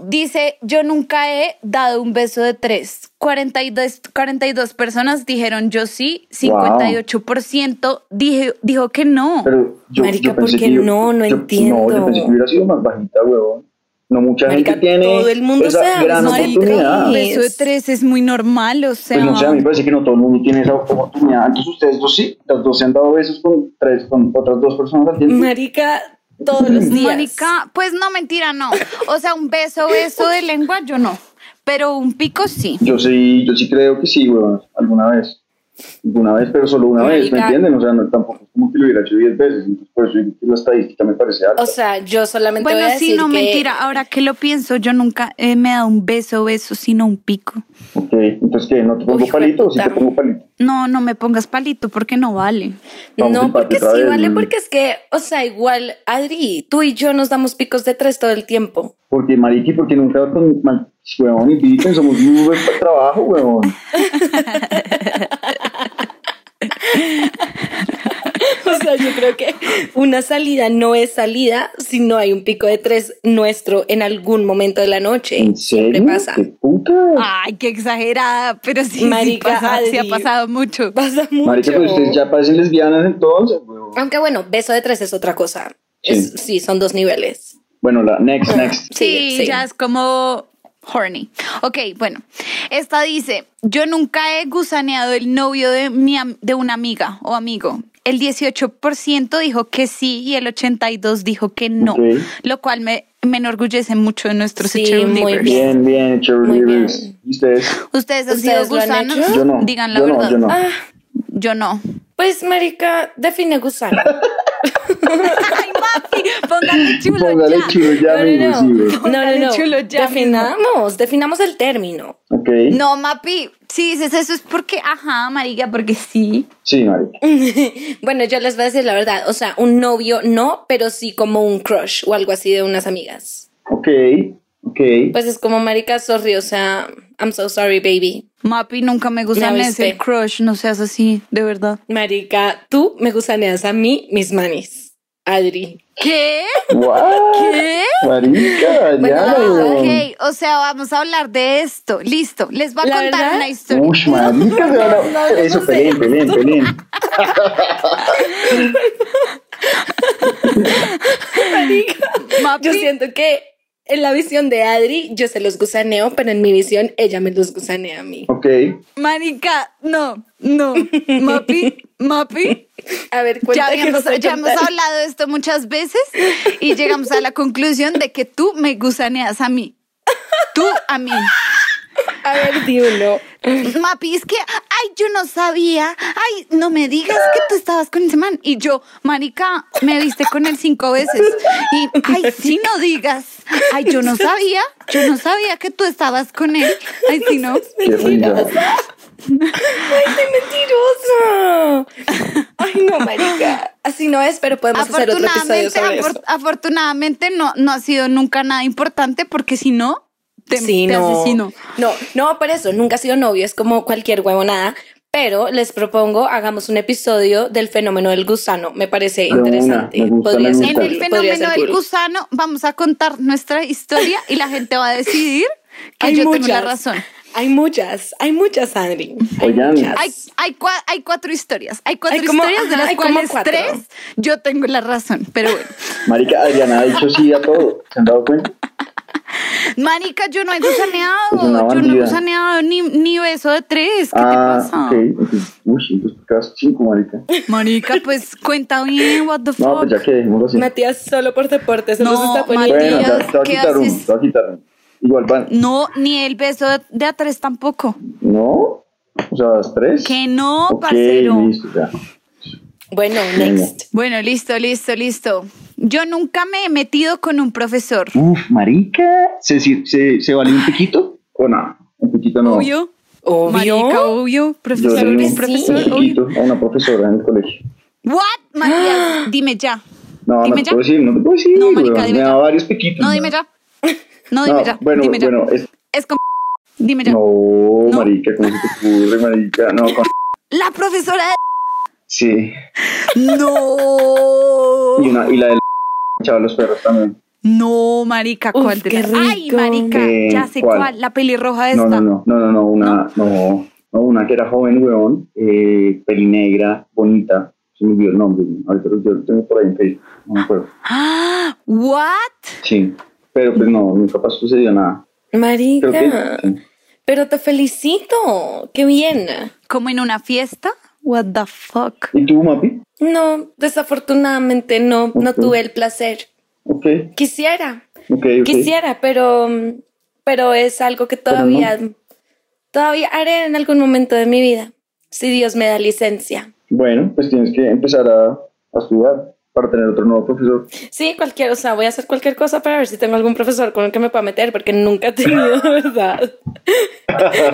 [SPEAKER 2] Dice, yo nunca he dado un beso de tres. 42, 42 personas dijeron yo sí, 58% dije- dijo que no.
[SPEAKER 5] Pero yo,
[SPEAKER 4] Marica,
[SPEAKER 5] yo pensé
[SPEAKER 4] ¿por qué
[SPEAKER 5] que yo-
[SPEAKER 4] no? No
[SPEAKER 5] yo-
[SPEAKER 4] entiendo.
[SPEAKER 5] No, yo pensé que hubiera sido más bajita, huevón. No mucha
[SPEAKER 4] Marica,
[SPEAKER 5] gente tiene
[SPEAKER 4] todo el mundo
[SPEAKER 5] esa
[SPEAKER 4] sabe,
[SPEAKER 5] gran
[SPEAKER 4] no hay
[SPEAKER 5] oportunidad.
[SPEAKER 2] Un
[SPEAKER 4] tres.
[SPEAKER 2] beso de tres es muy normal, o sea.
[SPEAKER 5] Pues no sé, a mí me parece que no todo el mundo tiene esa oportunidad. Entonces ustedes dos sí, las dos se han dado besos con tres, con otras dos personas al tiempo.
[SPEAKER 4] Marica, todos los días.
[SPEAKER 2] Mónica, pues no, mentira, no. O sea, un beso, beso de lengua, yo no. Pero un pico sí.
[SPEAKER 5] Yo sí, yo sí creo que sí, weón, alguna vez. Alguna vez, pero solo una vez, ¿me
[SPEAKER 4] Marica.
[SPEAKER 5] entienden? O sea, no, tampoco es como que lo hubiera hecho diez veces. Entonces, por eso digo que la estadística me parece alta.
[SPEAKER 4] O sea, yo solamente
[SPEAKER 2] Bueno,
[SPEAKER 4] voy a
[SPEAKER 2] sí,
[SPEAKER 4] decir
[SPEAKER 2] no,
[SPEAKER 4] que-
[SPEAKER 2] mentira. Ahora que lo pienso, yo nunca eh, me he dado un beso, beso, sino un pico.
[SPEAKER 5] ok, entonces, ¿qué? ¿No te pongo
[SPEAKER 4] Uy, hijo de
[SPEAKER 5] palito o sí te
[SPEAKER 4] puta.
[SPEAKER 5] pongo palito?
[SPEAKER 2] No, no me pongas palito porque no vale.
[SPEAKER 5] Vamos,
[SPEAKER 4] No,
[SPEAKER 5] empate
[SPEAKER 4] porque
[SPEAKER 5] otra
[SPEAKER 4] sí
[SPEAKER 5] vez,
[SPEAKER 4] vale,
[SPEAKER 5] mm.
[SPEAKER 4] porque es que, o sea, igual, Adri, tú y yo nos damos picos de tres todo el tiempo.
[SPEAKER 5] Porque, mariqui, porque nunca con mal, huevón y Pippen somos muy buen pa- trabajo, huevón.
[SPEAKER 4] O sea, yo creo que una salida no es salida si no hay un pico de tres nuestro en algún momento de la noche.
[SPEAKER 5] ¿En
[SPEAKER 4] Siempre
[SPEAKER 5] serio?
[SPEAKER 4] pasa.
[SPEAKER 5] ¿Qué puta?
[SPEAKER 2] Ay, qué exagerada, pero sí, sí
[SPEAKER 4] Marica,
[SPEAKER 2] pasa- sí ha
[SPEAKER 4] Adri.
[SPEAKER 2] pasado mucho.
[SPEAKER 4] Pasa mucho.
[SPEAKER 5] Marica, pues ustedes ya parecen lesbianas entonces, huevón.
[SPEAKER 4] Aunque bueno, beso de tres es otra cosa.
[SPEAKER 5] Sí.
[SPEAKER 4] Es- sí son dos niveles.
[SPEAKER 5] Bueno, la next, next.
[SPEAKER 2] Sí,
[SPEAKER 4] sí.
[SPEAKER 2] ya es como horny. Ok, bueno. Esta dice, yo nunca he gusaneado el novio de, mi am- de una amiga o amigo. El 18% dijo que sí y el 82% dijo que no,
[SPEAKER 5] Ok.
[SPEAKER 2] lo cual me, me enorgullece mucho de nuestros
[SPEAKER 4] Sí,
[SPEAKER 2] cheerleaders.
[SPEAKER 4] muy
[SPEAKER 5] Bien, bien, Cherry
[SPEAKER 4] Muy
[SPEAKER 5] Rivers.
[SPEAKER 4] bien.
[SPEAKER 5] ¿Y ustedes?
[SPEAKER 2] ¿Ustedes han
[SPEAKER 4] ¿Ustedes
[SPEAKER 2] sido
[SPEAKER 4] lo han
[SPEAKER 2] gusanos?
[SPEAKER 4] hecho?
[SPEAKER 5] Yo no.
[SPEAKER 2] Digan la
[SPEAKER 5] yo
[SPEAKER 2] verdad.
[SPEAKER 5] no, yo no.
[SPEAKER 4] Ah,
[SPEAKER 2] Yo no.
[SPEAKER 4] pues Marica, define gusano.
[SPEAKER 2] Ay, papi, póngale chulo
[SPEAKER 5] Póngale
[SPEAKER 2] ya.
[SPEAKER 5] chulo ya,
[SPEAKER 4] no,
[SPEAKER 5] amigo,
[SPEAKER 4] no,
[SPEAKER 5] sí,
[SPEAKER 4] no.
[SPEAKER 5] güey.
[SPEAKER 4] No, no, no.
[SPEAKER 2] chulo ya
[SPEAKER 4] Definamos, definamos el término.
[SPEAKER 5] Ok.
[SPEAKER 2] No, Mapi, si dices eso es porque, ajá, marica, porque sí.
[SPEAKER 5] Sí, marica.
[SPEAKER 4] Bueno, yo les voy a decir la verdad. O sea, un novio no, pero sí como un crush o algo así de unas amigas.
[SPEAKER 5] Ok, ok.
[SPEAKER 4] Pues es como marica, sorry, o sea, I'm so sorry, baby.
[SPEAKER 2] Mapi, nunca me gusta
[SPEAKER 4] Me
[SPEAKER 2] ese
[SPEAKER 4] avispe.
[SPEAKER 2] crush, no seas así, de verdad.
[SPEAKER 4] Marica, tú me gustaneas a mí, mis manis. Adri.
[SPEAKER 2] ¿Qué?
[SPEAKER 5] What?
[SPEAKER 2] Pues, ¿Qué?
[SPEAKER 5] Marica, ya,
[SPEAKER 4] Oh.
[SPEAKER 5] güey.
[SPEAKER 2] ok, o sea, vamos a hablar de esto. Listo, les voy a
[SPEAKER 4] ¿La
[SPEAKER 2] contar
[SPEAKER 4] verdad?
[SPEAKER 2] una historia.
[SPEAKER 5] Ush, marica, se van a- Eso, pelén, pelén, pelén.
[SPEAKER 2] Mapi,
[SPEAKER 4] uh, Yo siento que en la visión de Adri yo se los gusaneo, pero en mi visión ella me los gusanea a mí.
[SPEAKER 5] Ok.
[SPEAKER 2] marica, no, no. Mapi, Mapi.
[SPEAKER 4] A ver,
[SPEAKER 2] Ya
[SPEAKER 4] cuenta qué
[SPEAKER 2] habíamos,
[SPEAKER 4] vas a
[SPEAKER 2] ya hemos
[SPEAKER 4] contar.
[SPEAKER 2] hablado de esto muchas veces y llegamos a la conclusión de que tú me gusaneas a mí. Tú a mí.
[SPEAKER 4] A ver, di uno.
[SPEAKER 2] Mapi, es que, ay, yo no sabía. Ay, no me digas que tú estabas con ese man. Y yo, marica, me viste con él cinco veces. Y, ay, sí, no digas. Ay, yo no sabía. Yo no sabía que tú estabas con él. Ay, sí, no.
[SPEAKER 5] Qué risa.
[SPEAKER 4] ¡Ay, qué mentiroso! Ay, no, marica. Así no es, pero podemos hacer otro episodio
[SPEAKER 2] Afortunadamente,
[SPEAKER 4] sobre
[SPEAKER 2] afor-
[SPEAKER 4] eso.
[SPEAKER 2] afortunadamente no, no ha sido nunca nada importante porque si no, te,
[SPEAKER 4] Sí,
[SPEAKER 2] te
[SPEAKER 4] no.
[SPEAKER 2] asesino.
[SPEAKER 4] No, no, por eso, nunca ha sido novio, es como cualquier huevonada. Pero les propongo, hagamos un episodio del fenómeno del gusano. Me parece
[SPEAKER 5] De una,
[SPEAKER 4] interesante.
[SPEAKER 5] me gusta, me
[SPEAKER 4] Podría ser
[SPEAKER 2] En el
[SPEAKER 5] gusta. Cool.
[SPEAKER 4] cool, podría ser
[SPEAKER 2] fenómeno del
[SPEAKER 4] cool.
[SPEAKER 2] gusano vamos a contar nuestra historia y la gente va a decidir que yo tengo la razón.
[SPEAKER 4] Hay muchas, hay muchas, Adri. Hay
[SPEAKER 5] Oigan.
[SPEAKER 4] muchas.
[SPEAKER 2] Hay, hay, cua- hay cuatro historias. Hay cuatro
[SPEAKER 4] Hay como-
[SPEAKER 2] historias de
[SPEAKER 4] ajá,
[SPEAKER 2] las
[SPEAKER 4] hay como
[SPEAKER 2] cuales
[SPEAKER 4] cuatro.
[SPEAKER 2] tres yo tengo la razón. Pero bueno,
[SPEAKER 5] Marica, Adriana ha dicho sí a todo. ¿Se han dado cuenta?
[SPEAKER 2] Manica, yo no he
[SPEAKER 5] Es una
[SPEAKER 2] gusaneado. Yo no he
[SPEAKER 5] bandida.
[SPEAKER 2] gusaneado ni, ni beso de tres. ¿Qué te pasa?
[SPEAKER 5] Ah, ok. entonces, Uy, entonces te quedas cinco, marica.
[SPEAKER 2] Marica, pues cuenta bien. What the fuck.
[SPEAKER 5] No, pues ya que dejémoslo así.
[SPEAKER 4] Matías solo por deportes,
[SPEAKER 2] No,
[SPEAKER 4] no, está poniendo.
[SPEAKER 5] Bueno,
[SPEAKER 2] Dios,
[SPEAKER 5] ya, te voy a
[SPEAKER 2] ¿qué
[SPEAKER 5] quitar uno,
[SPEAKER 2] haces?
[SPEAKER 5] te voy a quitar uno. Igual van.
[SPEAKER 2] No, ni el beso de, de a tres tampoco.
[SPEAKER 5] ¿No? O sea, las tres.
[SPEAKER 2] Que no,
[SPEAKER 5] Ok,
[SPEAKER 2] parcero.
[SPEAKER 5] listo, ya.
[SPEAKER 4] Bueno, next.
[SPEAKER 2] Bueno, listo, listo, listo. Yo nunca me he metido con un profesor.
[SPEAKER 5] Uf, marica. ¿Se, se, se, se vale un piquito? ¿O no? Un piquito no.
[SPEAKER 2] Obvio. pues,
[SPEAKER 4] Obvio.
[SPEAKER 2] Marica, obvio.
[SPEAKER 5] Yo
[SPEAKER 2] Profesor,
[SPEAKER 5] le di
[SPEAKER 2] un
[SPEAKER 5] un,
[SPEAKER 2] profesor,
[SPEAKER 5] un
[SPEAKER 2] obvio.
[SPEAKER 5] piquito a una profesora en el colegio.
[SPEAKER 2] What, Matías? Dime ya.
[SPEAKER 5] No,
[SPEAKER 2] Dime
[SPEAKER 5] no te
[SPEAKER 2] ya.
[SPEAKER 5] puedo decir, no te puedo decir.
[SPEAKER 2] No, marica,
[SPEAKER 5] weón.
[SPEAKER 2] dime
[SPEAKER 5] me
[SPEAKER 2] ya.
[SPEAKER 5] daba varios piquitos.
[SPEAKER 2] No, dime ya. No, dime ya.
[SPEAKER 5] Bueno,
[SPEAKER 2] dime ya.
[SPEAKER 5] bueno, es-
[SPEAKER 2] Es con. Dime ya.
[SPEAKER 5] no,
[SPEAKER 2] No.
[SPEAKER 5] marica, ¿cómo se te ocurre, marica? No, con-
[SPEAKER 2] La profesora de.
[SPEAKER 5] sí.
[SPEAKER 2] No.
[SPEAKER 5] Y, una, y la del echaba los perros también.
[SPEAKER 2] No, marica,
[SPEAKER 4] Uf,
[SPEAKER 2] ¿cuál de
[SPEAKER 4] qué
[SPEAKER 2] las- Ay,
[SPEAKER 4] rico.
[SPEAKER 2] marica,
[SPEAKER 5] Eh,
[SPEAKER 2] ya sé cuál.
[SPEAKER 5] ¿cuál?
[SPEAKER 2] la pelirroja esta.
[SPEAKER 5] No, no, no, no, no, no, una, no, no, una que era joven, weón, eh, pelinegra, bonita, se me olvidó el nombre, ahorita lo- yo lo tengo por ahí en Facebook, no me acuerdo.
[SPEAKER 2] Ah, what?
[SPEAKER 5] Sí, pero pues no, nunca pasó, sucedió nada. Creo
[SPEAKER 4] Marica,
[SPEAKER 5] que
[SPEAKER 4] pero te felicito. Qué bien.
[SPEAKER 2] ¿Como en una fiesta? What the fuck?
[SPEAKER 5] ¿Y tú, Mapi?
[SPEAKER 4] No, desafortunadamente no, no
[SPEAKER 5] Ok.
[SPEAKER 4] tuve el placer.
[SPEAKER 5] Ok,
[SPEAKER 4] Quisiera,
[SPEAKER 5] ok, ok.
[SPEAKER 4] quisiera, pero, mm, pero es algo que
[SPEAKER 5] Pero no.
[SPEAKER 4] todavía, todavía haré en algún momento de mi vida, si Dios me da licencia.
[SPEAKER 5] Bueno, pues tienes que empezar a, a estudiar para tener otro nuevo profesor.
[SPEAKER 4] Sí, cualquier, o sea, voy a hacer cualquier cosa para ver si tengo algún profesor con el que me pueda meter, porque nunca he tenido, de verdad,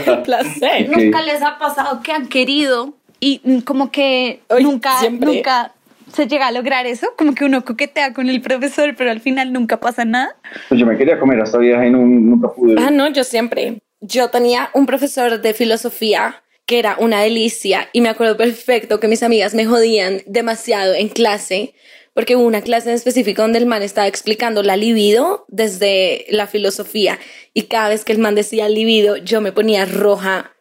[SPEAKER 4] el placer.
[SPEAKER 5] Ok.
[SPEAKER 2] Nunca les ha pasado que han querido y mm, como que
[SPEAKER 4] Ay,
[SPEAKER 2] nunca,
[SPEAKER 4] siempre.
[SPEAKER 2] nunca se llega a lograr eso. Como que uno coquetea con el profesor, pero al final nunca pasa nada.
[SPEAKER 5] Pues yo me quería comer hasta viaje y no- nunca pude.
[SPEAKER 4] Ah, no, yo siempre. Yo tenía un profesor de filosofía que era una delicia y me acuerdo perfecto que mis amigas me jodían demasiado en clase porque hubo una clase en específico donde el man estaba explicando la libido desde la filosofía y cada vez que el man decía libido yo me ponía roja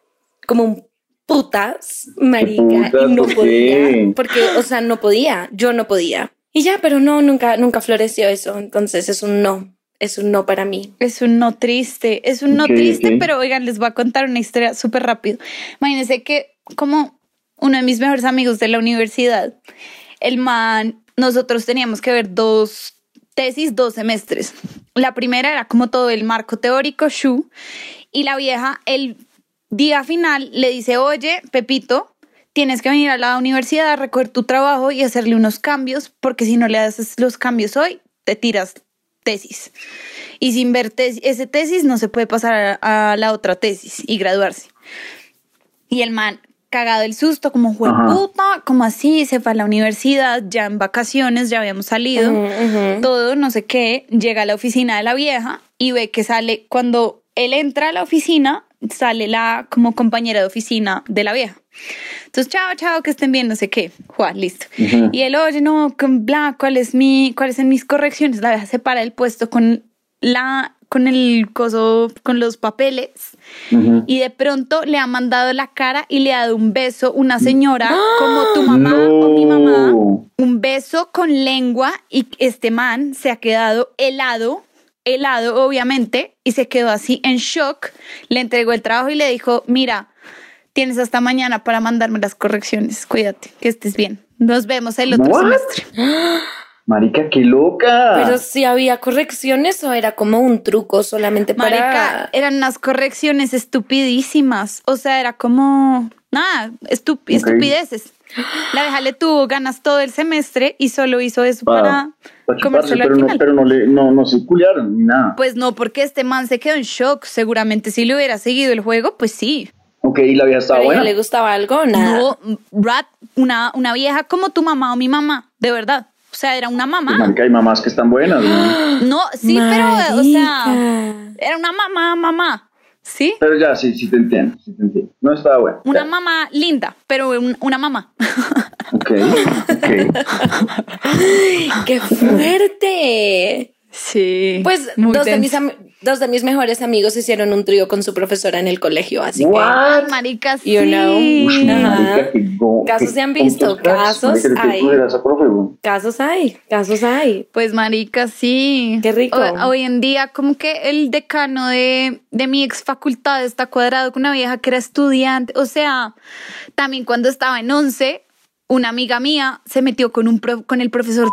[SPEAKER 4] como un putas marica
[SPEAKER 5] putas,
[SPEAKER 4] y no
[SPEAKER 5] ¿por qué?
[SPEAKER 4] podía porque o sea no podía yo no podía y ya pero no nunca nunca floreció eso entonces es un no es un no para mí
[SPEAKER 2] Es un no triste, es un no
[SPEAKER 5] Ok,
[SPEAKER 2] triste,
[SPEAKER 5] ok.
[SPEAKER 2] pero oigan, les voy a contar una historia súper rápido. Imagínense que como uno de mis mejores amigos de la universidad, el man, nosotros teníamos que ver dos tesis, dos semestres. La primera era como todo el marco teórico, Shu, y la vieja el día final le dice, oye, Pepito, tienes que venir a la universidad a recoger tu trabajo y hacerle unos cambios, porque si no le haces los cambios hoy, te tiras tesis. Y sin ver tes- ese tesis no se puede pasar a, a la otra tesis y graduarse. Y el man cagado el susto, como fue
[SPEAKER 5] Ajá.
[SPEAKER 2] puta, como así, se fue a la universidad, ya en vacaciones, ya habíamos salido, todo, no sé qué, llega a la oficina de la vieja y ve que sale, cuando él entra a la oficina, sale la como compañera de oficina de la vieja. Entonces, chao, chao, que estén bien, no sé qué. Juan, listo.
[SPEAKER 5] Ujú.
[SPEAKER 2] Y él, oye, no, con bla, ¿cuál es mi, cuáles son mis correcciones? La vieja se para el puesto con la, con el coso, con los papeles.
[SPEAKER 5] Ujú.
[SPEAKER 2] Y de pronto le ha mandado la cara y le ha dado un beso una señora como tu mamá o mi mamá.
[SPEAKER 5] No.
[SPEAKER 2] Un beso con lengua y este man se ha quedado helado, helado obviamente, y se quedó así en shock. Le entregó el trabajo y le dijo, mira, tienes hasta mañana para mandarme las correcciones. Cuídate, que estés bien. Nos vemos el otro
[SPEAKER 5] What?
[SPEAKER 2] semestre.
[SPEAKER 5] Marica, qué loca.
[SPEAKER 4] Pero si había correcciones o era como un truco solamente
[SPEAKER 2] Marica,
[SPEAKER 4] para.
[SPEAKER 2] eran unas correcciones estupidísimas. O sea, era como nada, estu- estupideces. La vieja le tuvo ganas todo el semestre y solo hizo eso para,
[SPEAKER 5] para
[SPEAKER 2] comérselo
[SPEAKER 5] chuparse,
[SPEAKER 2] al
[SPEAKER 5] pero no,
[SPEAKER 2] final.
[SPEAKER 5] pero no, le, no, no se culiaron ni nada.
[SPEAKER 2] Pues no, porque este man se quedó en shock. Seguramente si le hubiera seguido el juego, pues sí.
[SPEAKER 5] ok, y la vieja estaba
[SPEAKER 4] Pero a
[SPEAKER 5] buena.
[SPEAKER 4] ella le gustaba algo, nada.
[SPEAKER 2] No, Rat, una, una vieja como tu mamá o mi mamá, de verdad. O sea, era una
[SPEAKER 5] Pues,
[SPEAKER 2] mamá.
[SPEAKER 5] marica, hay mamás que están buenas, ¿no?
[SPEAKER 2] No, sí, pero, o sea,
[SPEAKER 4] Marica.
[SPEAKER 2] era una mamá, mamá. ¿Sí?
[SPEAKER 5] Pero ya, sí, sí te entiendo, sí te entiendo. No estaba buena.
[SPEAKER 2] Una
[SPEAKER 5] ya.
[SPEAKER 2] mamá linda, pero un- una mamá.
[SPEAKER 5] Ok, ok.
[SPEAKER 4] ¡Qué fuerte!
[SPEAKER 2] Sí.
[SPEAKER 4] Pues
[SPEAKER 2] muy
[SPEAKER 4] dos de,
[SPEAKER 2] denso.
[SPEAKER 4] mis am- dos de mis mejores amigos hicieron un trío con su profesora en el colegio, así
[SPEAKER 5] What?
[SPEAKER 2] Marica, sí.
[SPEAKER 4] You know.
[SPEAKER 5] Ush, marica,
[SPEAKER 4] Ajá.
[SPEAKER 5] qué go-
[SPEAKER 4] Casos
[SPEAKER 5] qué-
[SPEAKER 4] se han visto,
[SPEAKER 5] cuántos cracks.
[SPEAKER 4] casos
[SPEAKER 5] Marica, ¿de qué
[SPEAKER 4] hay.
[SPEAKER 5] culera esa profe, güey?
[SPEAKER 4] que casos hay, casos hay.
[SPEAKER 2] Pues marica, sí.
[SPEAKER 4] Qué rico.
[SPEAKER 2] Ho- hoy en día como que el decano de, de mi ex facultad está cuadrado con una vieja que era estudiante. O sea, también cuando estaba en 11, una amiga mía se metió con, un pro- con el profesor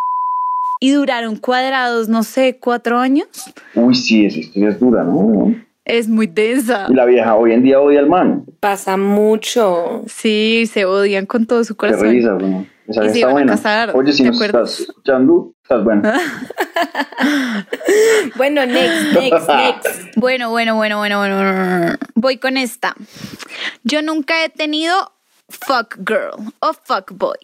[SPEAKER 2] y duraron cuadrados, no sé, cuatro años.
[SPEAKER 5] Uy, sí, esa historia es dura, ¿no?
[SPEAKER 2] Es muy densa.
[SPEAKER 5] Y la vieja hoy en día odia al man.
[SPEAKER 4] Pasa mucho.
[SPEAKER 2] Sí, se odian con todo su
[SPEAKER 5] Te
[SPEAKER 2] corazón.
[SPEAKER 5] revisa, güey. Esa
[SPEAKER 2] Y
[SPEAKER 5] vieja
[SPEAKER 2] se
[SPEAKER 5] está
[SPEAKER 2] iban a
[SPEAKER 5] buena.
[SPEAKER 2] casar,
[SPEAKER 5] Oye, si
[SPEAKER 2] ¿te
[SPEAKER 5] nos
[SPEAKER 2] acuerdas?
[SPEAKER 5] estás escuchando, estás buena.
[SPEAKER 4] Bueno, next, next, next.
[SPEAKER 2] Bueno, bueno, bueno, bueno, bueno, bueno, bueno. Voy con esta. Yo nunca he tenido fuck girl o fuck boy.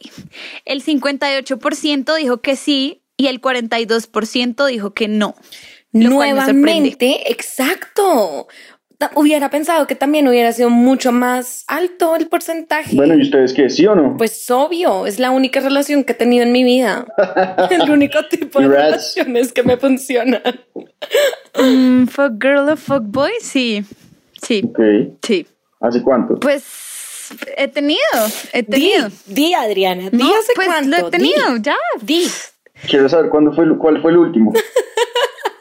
[SPEAKER 2] El 58% dijo que sí y el 42% dijo que no. Lo cual me sorprende.
[SPEAKER 4] Nuevamente, exacto. ta- hubiera pensado que también hubiera sido mucho más alto el porcentaje.
[SPEAKER 5] Bueno, ¿y ustedes qué? ¿Sí o no?
[SPEAKER 4] Pues obvio, es la única relación que he tenido en mi vida. El único tipo de
[SPEAKER 5] Congrats.
[SPEAKER 4] relaciones que me funcionan.
[SPEAKER 2] Mm, fuck girl o fuck boy, sí. Sí,
[SPEAKER 5] Ok.
[SPEAKER 2] sí.
[SPEAKER 5] ¿Hace cuánto?
[SPEAKER 2] Pues he tenido, he tenido.
[SPEAKER 4] Di, Adriana, di
[SPEAKER 2] No,
[SPEAKER 4] hace
[SPEAKER 2] pues
[SPEAKER 4] cuánto.
[SPEAKER 2] lo he tenido, ya.
[SPEAKER 4] Di, di.
[SPEAKER 5] Quiero saber cuándo fue, el- cuál fue el último.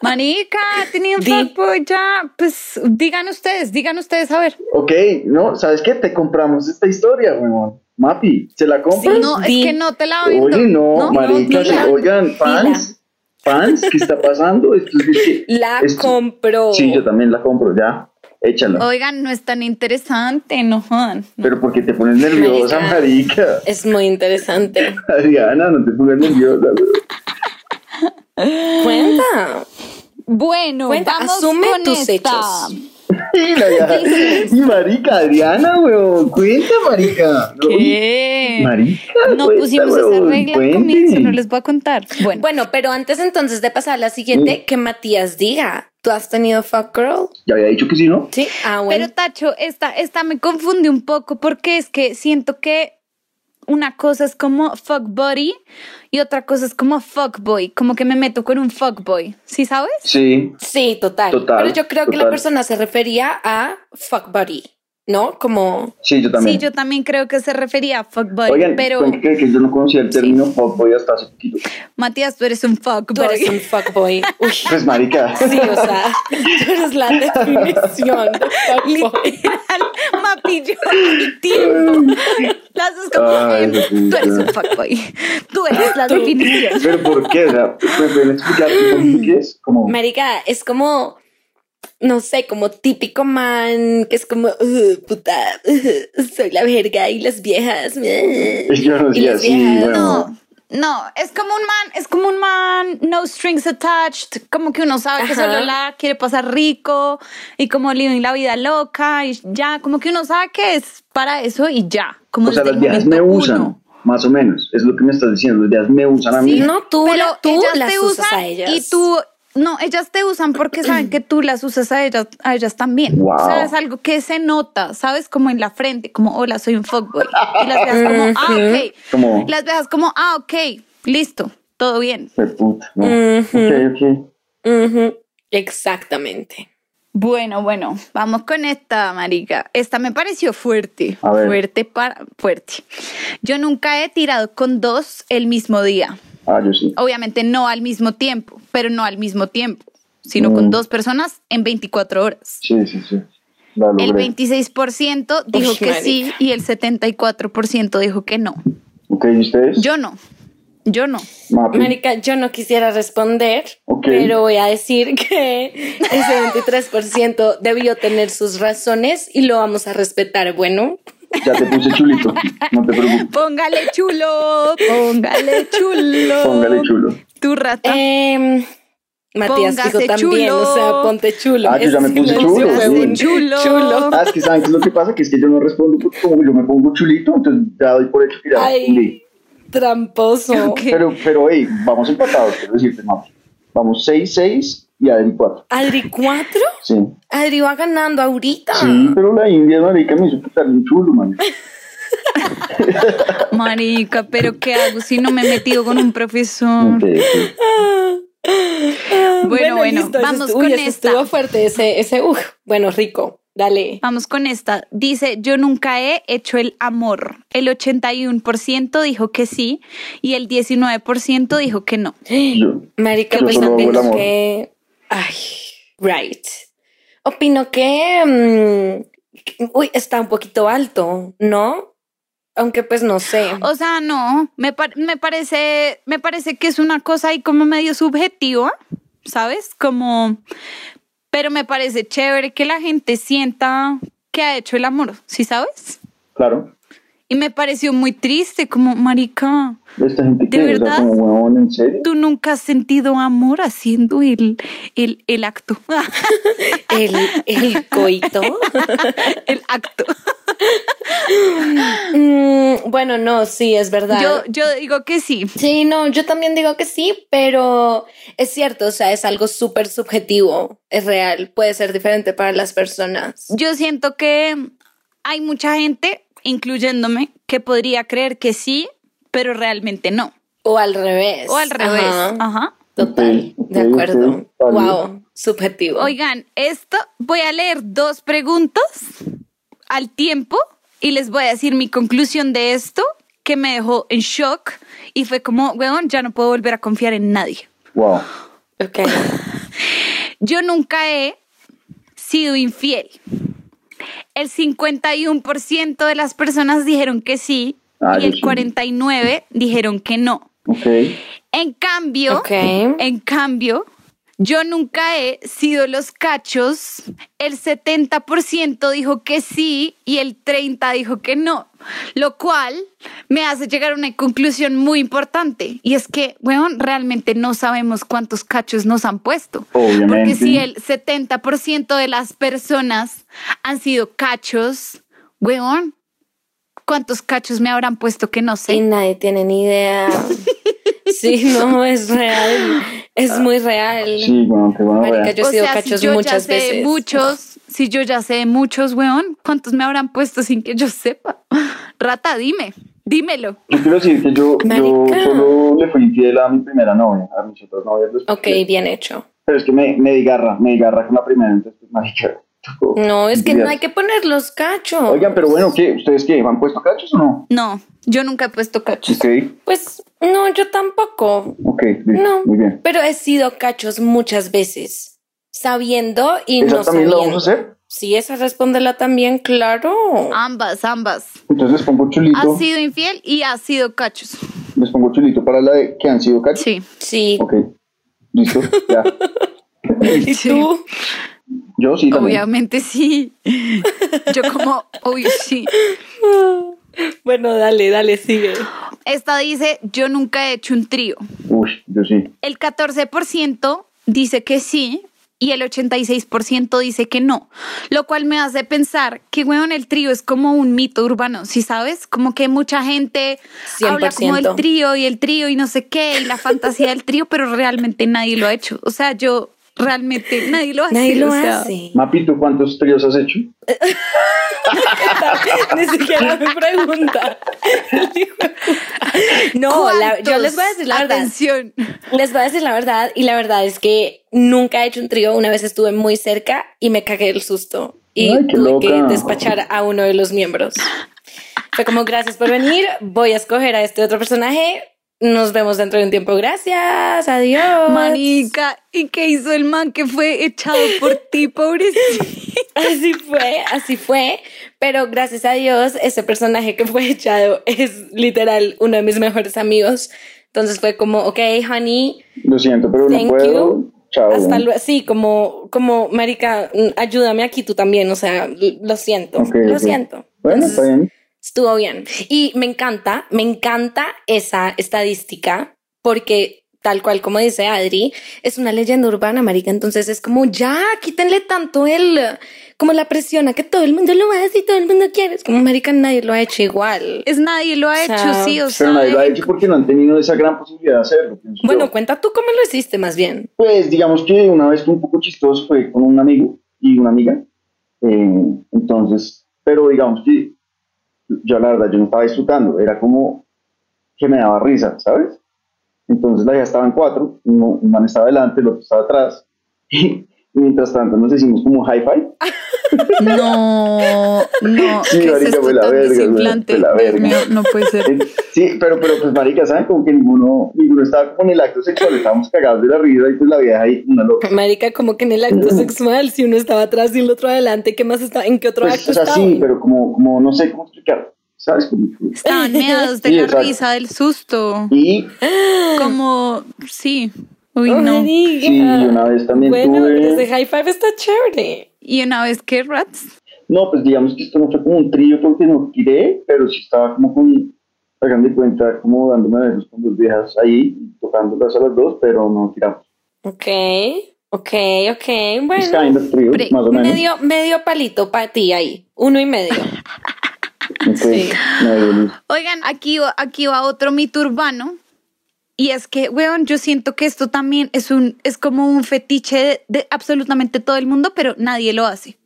[SPEAKER 2] Marica, he tenido un
[SPEAKER 4] Di.
[SPEAKER 2] fuckboy ya. Pues digan ustedes, digan ustedes, a ver.
[SPEAKER 5] Ok, no, ¿sabes qué? Te compramos esta historia, weón. Mapi, ¿se la compras?
[SPEAKER 2] No,
[SPEAKER 4] Di.
[SPEAKER 2] es que no te la oigo.
[SPEAKER 5] Oye, no, marica,
[SPEAKER 2] digan.
[SPEAKER 5] oigan, fans, fans, ¿qué está pasando? Esto es de que-
[SPEAKER 4] La
[SPEAKER 5] esto-
[SPEAKER 4] compró.
[SPEAKER 5] Sí, yo también la compro, ya, échala.
[SPEAKER 2] Oigan, no es tan interesante, no jodan.
[SPEAKER 5] Pero porque te pones nerviosa, marica.
[SPEAKER 4] Es muy interesante.
[SPEAKER 5] Adriana, no te pongas nerviosa. weón.
[SPEAKER 4] Cuenta.
[SPEAKER 2] Bueno,
[SPEAKER 4] Cuenta,
[SPEAKER 2] vamos
[SPEAKER 4] asume
[SPEAKER 2] con
[SPEAKER 4] tus
[SPEAKER 2] esta.
[SPEAKER 4] hechos.
[SPEAKER 5] Y la vieja- y marica, Adriana, weón, cuenta, marica. No,
[SPEAKER 2] ¿Qué?
[SPEAKER 5] Marica, pues,
[SPEAKER 2] No
[SPEAKER 5] cuenta,
[SPEAKER 2] pusimos esa
[SPEAKER 5] weón,
[SPEAKER 2] regla al
[SPEAKER 5] cuente.
[SPEAKER 2] comienzo, no les voy a contar. Bueno,
[SPEAKER 4] Bueno, pero antes entonces de pasar a la siguiente,
[SPEAKER 5] Mm.
[SPEAKER 4] que Matías diga, ¿tú has tenido fuck girl?
[SPEAKER 5] Ya había dicho que sí, ¿no?
[SPEAKER 4] Sí. Ah, bueno.
[SPEAKER 2] pero Tacho, esta, esta me confunde un poco porque es que siento que una cosa es como fuck buddy y otra cosa es como fuck boy, como que me meto con un fuck boy, ¿sí sabes?
[SPEAKER 5] Sí,
[SPEAKER 4] sí, total.
[SPEAKER 5] Total,
[SPEAKER 4] Pero yo creo que la
[SPEAKER 5] total.
[SPEAKER 4] persona se refería a fuck buddy, ¿no? Como
[SPEAKER 5] sí, yo también.
[SPEAKER 2] Sí, yo también creo que se refería a fuck buddy,
[SPEAKER 5] Oigan,
[SPEAKER 2] pero
[SPEAKER 5] pero... que, que yo no conocía el término pop boy hasta hace poquito.
[SPEAKER 2] Matías, tú eres un fuck
[SPEAKER 4] tú eres
[SPEAKER 2] boy.
[SPEAKER 4] un fuck boy. Uy.
[SPEAKER 5] Pues marica.
[SPEAKER 4] Sí, o sea, tú eres la definición de fuck boy.
[SPEAKER 2] Mapi, yo mi tío. Las dos como,
[SPEAKER 5] Ay,
[SPEAKER 2] em,
[SPEAKER 5] hijo de
[SPEAKER 2] tú eres un
[SPEAKER 5] puta.
[SPEAKER 2] fuck boy. Tú eres la definición.
[SPEAKER 5] Pero ¿por qué? O sea, ¿me pueden explicar por qué es? Como,
[SPEAKER 4] Marica, es como, no sé, como típico man, que es como, "Ugh, puta, ugh, soy la verga y las viejas. meh".
[SPEAKER 5] yo no
[SPEAKER 4] Y
[SPEAKER 5] sé
[SPEAKER 4] las
[SPEAKER 5] así,
[SPEAKER 4] viejas,
[SPEAKER 5] bueno.
[SPEAKER 2] No, no, es como un man, es como un man, no strings attached, como que uno sabe que
[SPEAKER 4] Ajá.
[SPEAKER 2] solo la quiere pasar rico y como living la vida loca y ya, como que uno sabe que es para eso y ya, como
[SPEAKER 5] o sea,
[SPEAKER 2] desde el
[SPEAKER 5] las viejas me
[SPEAKER 2] momento
[SPEAKER 5] usan,
[SPEAKER 2] uno.
[SPEAKER 5] más o menos. Es lo que me estás diciendo, las viejas me usan a mí.
[SPEAKER 4] No, tú,
[SPEAKER 2] Pero
[SPEAKER 4] la- tú
[SPEAKER 2] ellas
[SPEAKER 4] las
[SPEAKER 2] te
[SPEAKER 4] usas
[SPEAKER 2] usan
[SPEAKER 4] a ellas.
[SPEAKER 2] y tú no, ellas te usan porque saben que tú las usas a ellas, a ellas también.
[SPEAKER 5] Wow.
[SPEAKER 2] O sea, es algo que se nota, ¿sabes? Como en la frente, como, hola, soy un fuckboy. Y las veas como, ah, ok.
[SPEAKER 5] Como-
[SPEAKER 2] Las veas como, ah, ok, listo, todo bien.
[SPEAKER 5] Fue puta, no. Ok, ok.
[SPEAKER 4] Ujú, Exactamente.
[SPEAKER 2] Bueno, bueno, vamos con esta, marica. Esta me pareció fuerte,
[SPEAKER 5] A ver.
[SPEAKER 2] fuerte para fuerte. Yo nunca he tirado con dos el mismo día.
[SPEAKER 5] Ah, yo sí.
[SPEAKER 2] Obviamente no al mismo tiempo, pero no al mismo tiempo, sino con
[SPEAKER 5] Mm.
[SPEAKER 2] dos personas en 24 horas.
[SPEAKER 5] Sí, sí, sí. La logré.
[SPEAKER 2] El 26% dijo
[SPEAKER 4] Uy,
[SPEAKER 2] que sí y el 74% dijo que no.
[SPEAKER 5] Ok, ¿y ustedes?
[SPEAKER 2] Yo no, yo no.
[SPEAKER 5] Mapi.
[SPEAKER 4] Marica, yo no quisiera responder,
[SPEAKER 5] Ok.
[SPEAKER 4] pero voy a decir que ese 23% debió tener sus razones y lo vamos a respetar, bueno.
[SPEAKER 5] Ya te puse chulito, no te preocupes.
[SPEAKER 2] Póngale chulo, póngale chulo.
[SPEAKER 5] Póngale chulo.
[SPEAKER 2] Tu rata.
[SPEAKER 4] Em, Matías
[SPEAKER 2] Ah. Póngase
[SPEAKER 4] dijo también,
[SPEAKER 2] chulo.
[SPEAKER 4] o sea, ponte chulo.
[SPEAKER 5] Ah, yo ya me
[SPEAKER 4] Ese
[SPEAKER 5] puse
[SPEAKER 4] silencio
[SPEAKER 5] chulo,
[SPEAKER 4] fue
[SPEAKER 5] sí.
[SPEAKER 4] un
[SPEAKER 2] Chulo.
[SPEAKER 4] chulo.
[SPEAKER 5] Ah, es que saben qué es lo que pasa, que es que yo no respondo porque como yo me pongo chulito, entonces ya doy por hecho que ya respondí.
[SPEAKER 4] Ay, tramposo.
[SPEAKER 2] Ok.
[SPEAKER 5] Pero, pero, hey, vamos empatados, quiero decirte, Mapi. Vamos 6-6 y Adri 4.
[SPEAKER 4] Adri 4?
[SPEAKER 5] Sí.
[SPEAKER 4] Adri va ganando ahorita.
[SPEAKER 5] Sí, pero la India, marica, me hizo quitar un chulo, man.
[SPEAKER 2] Marica, pero ¿qué hago si no me he metido con un
[SPEAKER 4] Mm.
[SPEAKER 2] profesor?
[SPEAKER 5] Entonces,
[SPEAKER 2] Bueno, Ah, bueno,
[SPEAKER 4] listo, eso
[SPEAKER 2] vamos
[SPEAKER 4] estuvo-
[SPEAKER 2] con
[SPEAKER 4] uy, eso
[SPEAKER 2] esta.
[SPEAKER 4] Estuvo fuerte ese, ese, uf, bueno, rico, dale.
[SPEAKER 2] Vamos con esta. Dice, yo nunca he hecho el amor. El 81% dijo que sí y el 19% dijo que no.
[SPEAKER 5] yo,
[SPEAKER 4] Marica,
[SPEAKER 5] Yo
[SPEAKER 4] pues
[SPEAKER 5] solo hago el
[SPEAKER 4] opino
[SPEAKER 5] amor.
[SPEAKER 4] que. Ay, right. Opino que. mm, uy, está un poquito alto, ¿no? Aunque pues no sé.
[SPEAKER 2] O sea, no, me, par- me parece, me parece que es una cosa ahí como medio subjetiva, ¿sabes? Como, pero me parece chévere que la gente sienta que ha hecho el amor, ¿sí sabes?
[SPEAKER 5] claro,
[SPEAKER 2] Y me pareció muy triste, como, marica,
[SPEAKER 5] esta gente
[SPEAKER 2] ¿De
[SPEAKER 5] que es
[SPEAKER 2] verdad?
[SPEAKER 5] como huevón, en serio.
[SPEAKER 2] tú nunca has sentido amor haciendo el, el, el acto.
[SPEAKER 4] El, el coito.
[SPEAKER 2] el acto.
[SPEAKER 4] Mm, Bueno, no, sí, es verdad.
[SPEAKER 2] Yo, yo digo que sí.
[SPEAKER 4] Sí, no, yo también digo que sí, pero es cierto, o sea, es algo súper subjetivo, es real, puede ser diferente para las personas.
[SPEAKER 2] Yo siento que hay mucha gente, incluyéndome, que podría creer que sí, pero realmente no.
[SPEAKER 4] O al revés.
[SPEAKER 2] O al revés. Ah. Ajá.
[SPEAKER 4] Ajá. Total,
[SPEAKER 5] Ok,
[SPEAKER 4] de
[SPEAKER 5] ok,
[SPEAKER 4] acuerdo.
[SPEAKER 5] ok, está bien.
[SPEAKER 4] Wow, subjetivo.
[SPEAKER 2] Oigan, eh, esto voy a leer dos preguntas al tiempo y les voy a decir mi conclusión de esto que me dejó en shock y fue como, weón, ya no puedo volver a confiar en nadie.
[SPEAKER 5] Wow.
[SPEAKER 4] Ok.
[SPEAKER 2] Yo nunca he sido infiel. El 51% de las personas dijeron que sí
[SPEAKER 5] Ah,
[SPEAKER 2] y
[SPEAKER 5] yo
[SPEAKER 2] el
[SPEAKER 5] sí.
[SPEAKER 2] 49% dijeron que no.
[SPEAKER 5] Ok.
[SPEAKER 2] En cambio,
[SPEAKER 4] Ok.
[SPEAKER 2] en cambio, yo nunca he sido los cachos. El 70% dijo que sí y el 30% dijo que no. Lo cual me hace llegar a una conclusión muy importante. Y es que, weón, realmente no sabemos cuántos cachos nos han puesto. Porque
[SPEAKER 5] Obviamente.
[SPEAKER 2] si el 70% de las personas han sido cachos, weón, ¿cuántos cachos me habrán puesto que no sé?
[SPEAKER 4] Y nadie tiene ni idea. sí, no, es real. Es muy real.
[SPEAKER 5] Sí, bueno, qué bueno.
[SPEAKER 4] Marica,
[SPEAKER 5] vea.
[SPEAKER 4] yo he sido
[SPEAKER 2] si
[SPEAKER 4] cachos
[SPEAKER 2] yo ya
[SPEAKER 4] muchas
[SPEAKER 2] sé de
[SPEAKER 4] veces.
[SPEAKER 2] Muchos, si yo ya sé de muchos, weón, ¿cuántos me habrán puesto sin que yo sepa? Rata, dime, dímelo.
[SPEAKER 5] Yo quiero decir que yo, yo
[SPEAKER 4] Marica.
[SPEAKER 5] solo le fui infiel a mi primera novia, a mis otras novias. les fui
[SPEAKER 4] Ok,
[SPEAKER 5] infiel.
[SPEAKER 4] bien hecho.
[SPEAKER 5] Pero es que me, me digarra, me digarra con la primera, entonces, pues, marica. tocó
[SPEAKER 4] No, es que no
[SPEAKER 5] infiel.
[SPEAKER 4] hay que poner los cachos.
[SPEAKER 5] Oigan, pero bueno, ¿qué? ¿Ustedes qué? ¿Han puesto cachos o no?
[SPEAKER 2] No, yo nunca he puesto cachos.
[SPEAKER 5] Ok,
[SPEAKER 4] Pues no, yo tampoco.
[SPEAKER 5] ok, listo,
[SPEAKER 4] No,
[SPEAKER 5] muy bien.
[SPEAKER 4] pero he sido cachos muchas veces, sabiendo y
[SPEAKER 5] ¿Esa
[SPEAKER 4] no
[SPEAKER 5] también
[SPEAKER 4] sabiendo.
[SPEAKER 5] la vamos a hacer?
[SPEAKER 4] Sí, esa respóndela también, claro.
[SPEAKER 2] Ambas, ambas.
[SPEAKER 5] Entonces les pongo chulito,
[SPEAKER 4] Ah,
[SPEAKER 2] Has sido infiel y has sido cachos.
[SPEAKER 5] les pongo chulito para la de que han sido cachos.
[SPEAKER 2] Sí.
[SPEAKER 4] Sí.
[SPEAKER 5] Ok, listo, ya.
[SPEAKER 4] ¿Y
[SPEAKER 2] Sí.
[SPEAKER 4] tú?
[SPEAKER 5] Yo sí también.
[SPEAKER 2] Obviamente sí. Yo como, uy, sí.
[SPEAKER 6] Bueno, dale, dale, sigue.
[SPEAKER 2] Esta dice, yo nunca he hecho un trío.
[SPEAKER 5] Uy, yo sí.
[SPEAKER 2] El 14% dice que sí y el 86% dice que no, lo cual me hace pensar que, weón, el trío es como un mito urbano, ¿sí sabes? Como que mucha gente habla como
[SPEAKER 4] 100%.
[SPEAKER 2] el trío y el trío y no sé qué y la fantasía del trío, pero realmente nadie lo ha hecho. O sea, yo realmente nadie lo hace.
[SPEAKER 4] Nadie lo
[SPEAKER 2] o sea,
[SPEAKER 4] hace.
[SPEAKER 5] Mapito, ¿cuántos tríos has hecho?
[SPEAKER 6] Ni siquiera me pregunta.
[SPEAKER 4] No, la- yo
[SPEAKER 2] ¿cuántos?
[SPEAKER 4] les voy a decir la verdad.
[SPEAKER 2] Atención.
[SPEAKER 4] Les voy a decir la verdad y la verdad es que nunca he hecho un trío. Una vez estuve muy cerca y me cagué el susto y
[SPEAKER 5] Ay, qué
[SPEAKER 4] tuve
[SPEAKER 5] loca.
[SPEAKER 4] que despachar a uno de los miembros. Fue como gracias por venir, voy a escoger a este otro personaje. Nos vemos dentro de un tiempo. Gracias, adiós.
[SPEAKER 2] Marica, ¿y qué hizo el man que fue echado por ti, pobrecito?
[SPEAKER 4] Así fue, así fue. Pero gracias a Dios, ese personaje que fue echado es literal uno de mis mejores amigos. Entonces fue como, ok, honey,
[SPEAKER 5] Lo siento, pero no
[SPEAKER 4] Thank
[SPEAKER 5] puedo.
[SPEAKER 4] you.
[SPEAKER 5] Chao.
[SPEAKER 4] Hasta luego, sí, como, como, marica, mm, ayúdame aquí tú también, o sea, l- lo siento,
[SPEAKER 5] Ok,
[SPEAKER 4] lo
[SPEAKER 5] ok.
[SPEAKER 4] siento.
[SPEAKER 5] Bueno,
[SPEAKER 4] Entonces,
[SPEAKER 5] está bien.
[SPEAKER 4] Estuvo bien. Y me encanta, me encanta esa estadística, porque tal cual como dice Adri, es una leyenda urbana, marica, entonces es como, ya, quítenle tanto el, como la presión a que todo el mundo lo hace y todo el mundo quiere. Es como, marica, nadie lo ha hecho igual.
[SPEAKER 2] Es nadie lo ha
[SPEAKER 4] O sea,
[SPEAKER 2] hecho, sí, o
[SPEAKER 4] pues,
[SPEAKER 2] sea.
[SPEAKER 5] Pero nadie lo ha hecho porque no han tenido esa gran posibilidad de hacerlo. pienso yo.
[SPEAKER 4] Bueno, cuenta tú cómo lo hiciste más bien.
[SPEAKER 5] Pues digamos que una vez fue un poco chistoso, fue con un amigo y una amiga. Eh, entonces, pero digamos que yo la verdad, yo no estaba disfrutando, era como que me daba risa, ¿sabes? Entonces la hija estaba en cuatro, uno, un man estaba adelante, el otro estaba atrás. Y mientras tanto nos hicimos como hi-fi.
[SPEAKER 2] No, no,
[SPEAKER 5] Sí,
[SPEAKER 2] ¿qué es
[SPEAKER 5] marica, fue
[SPEAKER 2] esto
[SPEAKER 5] la
[SPEAKER 2] tan
[SPEAKER 5] verga, güey,
[SPEAKER 2] desinflante?
[SPEAKER 5] fue la
[SPEAKER 2] Dios
[SPEAKER 5] verga.
[SPEAKER 2] mío, no puede ser.
[SPEAKER 5] Eh, Sí, pero, pero pues marica, ¿saben? Como que ninguno, ninguno estaba con el acto sexual, estábamos cagados de la risa y pues la vieja ahí, una loca.
[SPEAKER 6] Marica, como que en el acto sexual, si uno estaba atrás y el otro adelante, ¿qué más está? ¿En qué otro
[SPEAKER 5] Pues,
[SPEAKER 6] acto
[SPEAKER 5] o sea,
[SPEAKER 6] estaba?
[SPEAKER 5] sí, pero como, como no sé cómo explicar, ¿sabes? Como que-
[SPEAKER 2] Estaban meados de
[SPEAKER 5] Sí,
[SPEAKER 2] la
[SPEAKER 5] exacto.
[SPEAKER 2] risa, del susto.
[SPEAKER 5] Y
[SPEAKER 2] Como, sí, uy,
[SPEAKER 6] Oh,
[SPEAKER 2] no.
[SPEAKER 6] marica.
[SPEAKER 5] sí, y una vez también
[SPEAKER 6] Bueno,
[SPEAKER 5] tuve...
[SPEAKER 6] desde High Five está chévere.
[SPEAKER 2] Y una vez que Rats,
[SPEAKER 5] No, pues digamos que esto no fue como un trío porque no tiré, pero sí estaba como con, hagan de cuenta, como dándome besos con dos viejas ahí, tocándolas a las dos, pero no tiramos.
[SPEAKER 4] Ok, ok, ok, bueno.
[SPEAKER 5] Es kind of trío,
[SPEAKER 2] pre-
[SPEAKER 5] más o menos.
[SPEAKER 4] Medio, medio palito para ti ahí, uno y medio.
[SPEAKER 5] Entonces, no,
[SPEAKER 2] Oigan, aquí, va- aquí va otro mito urbano. Y es que, weón, yo siento que esto también es un, es como un fetiche de, de absolutamente todo el mundo, pero nadie lo hace.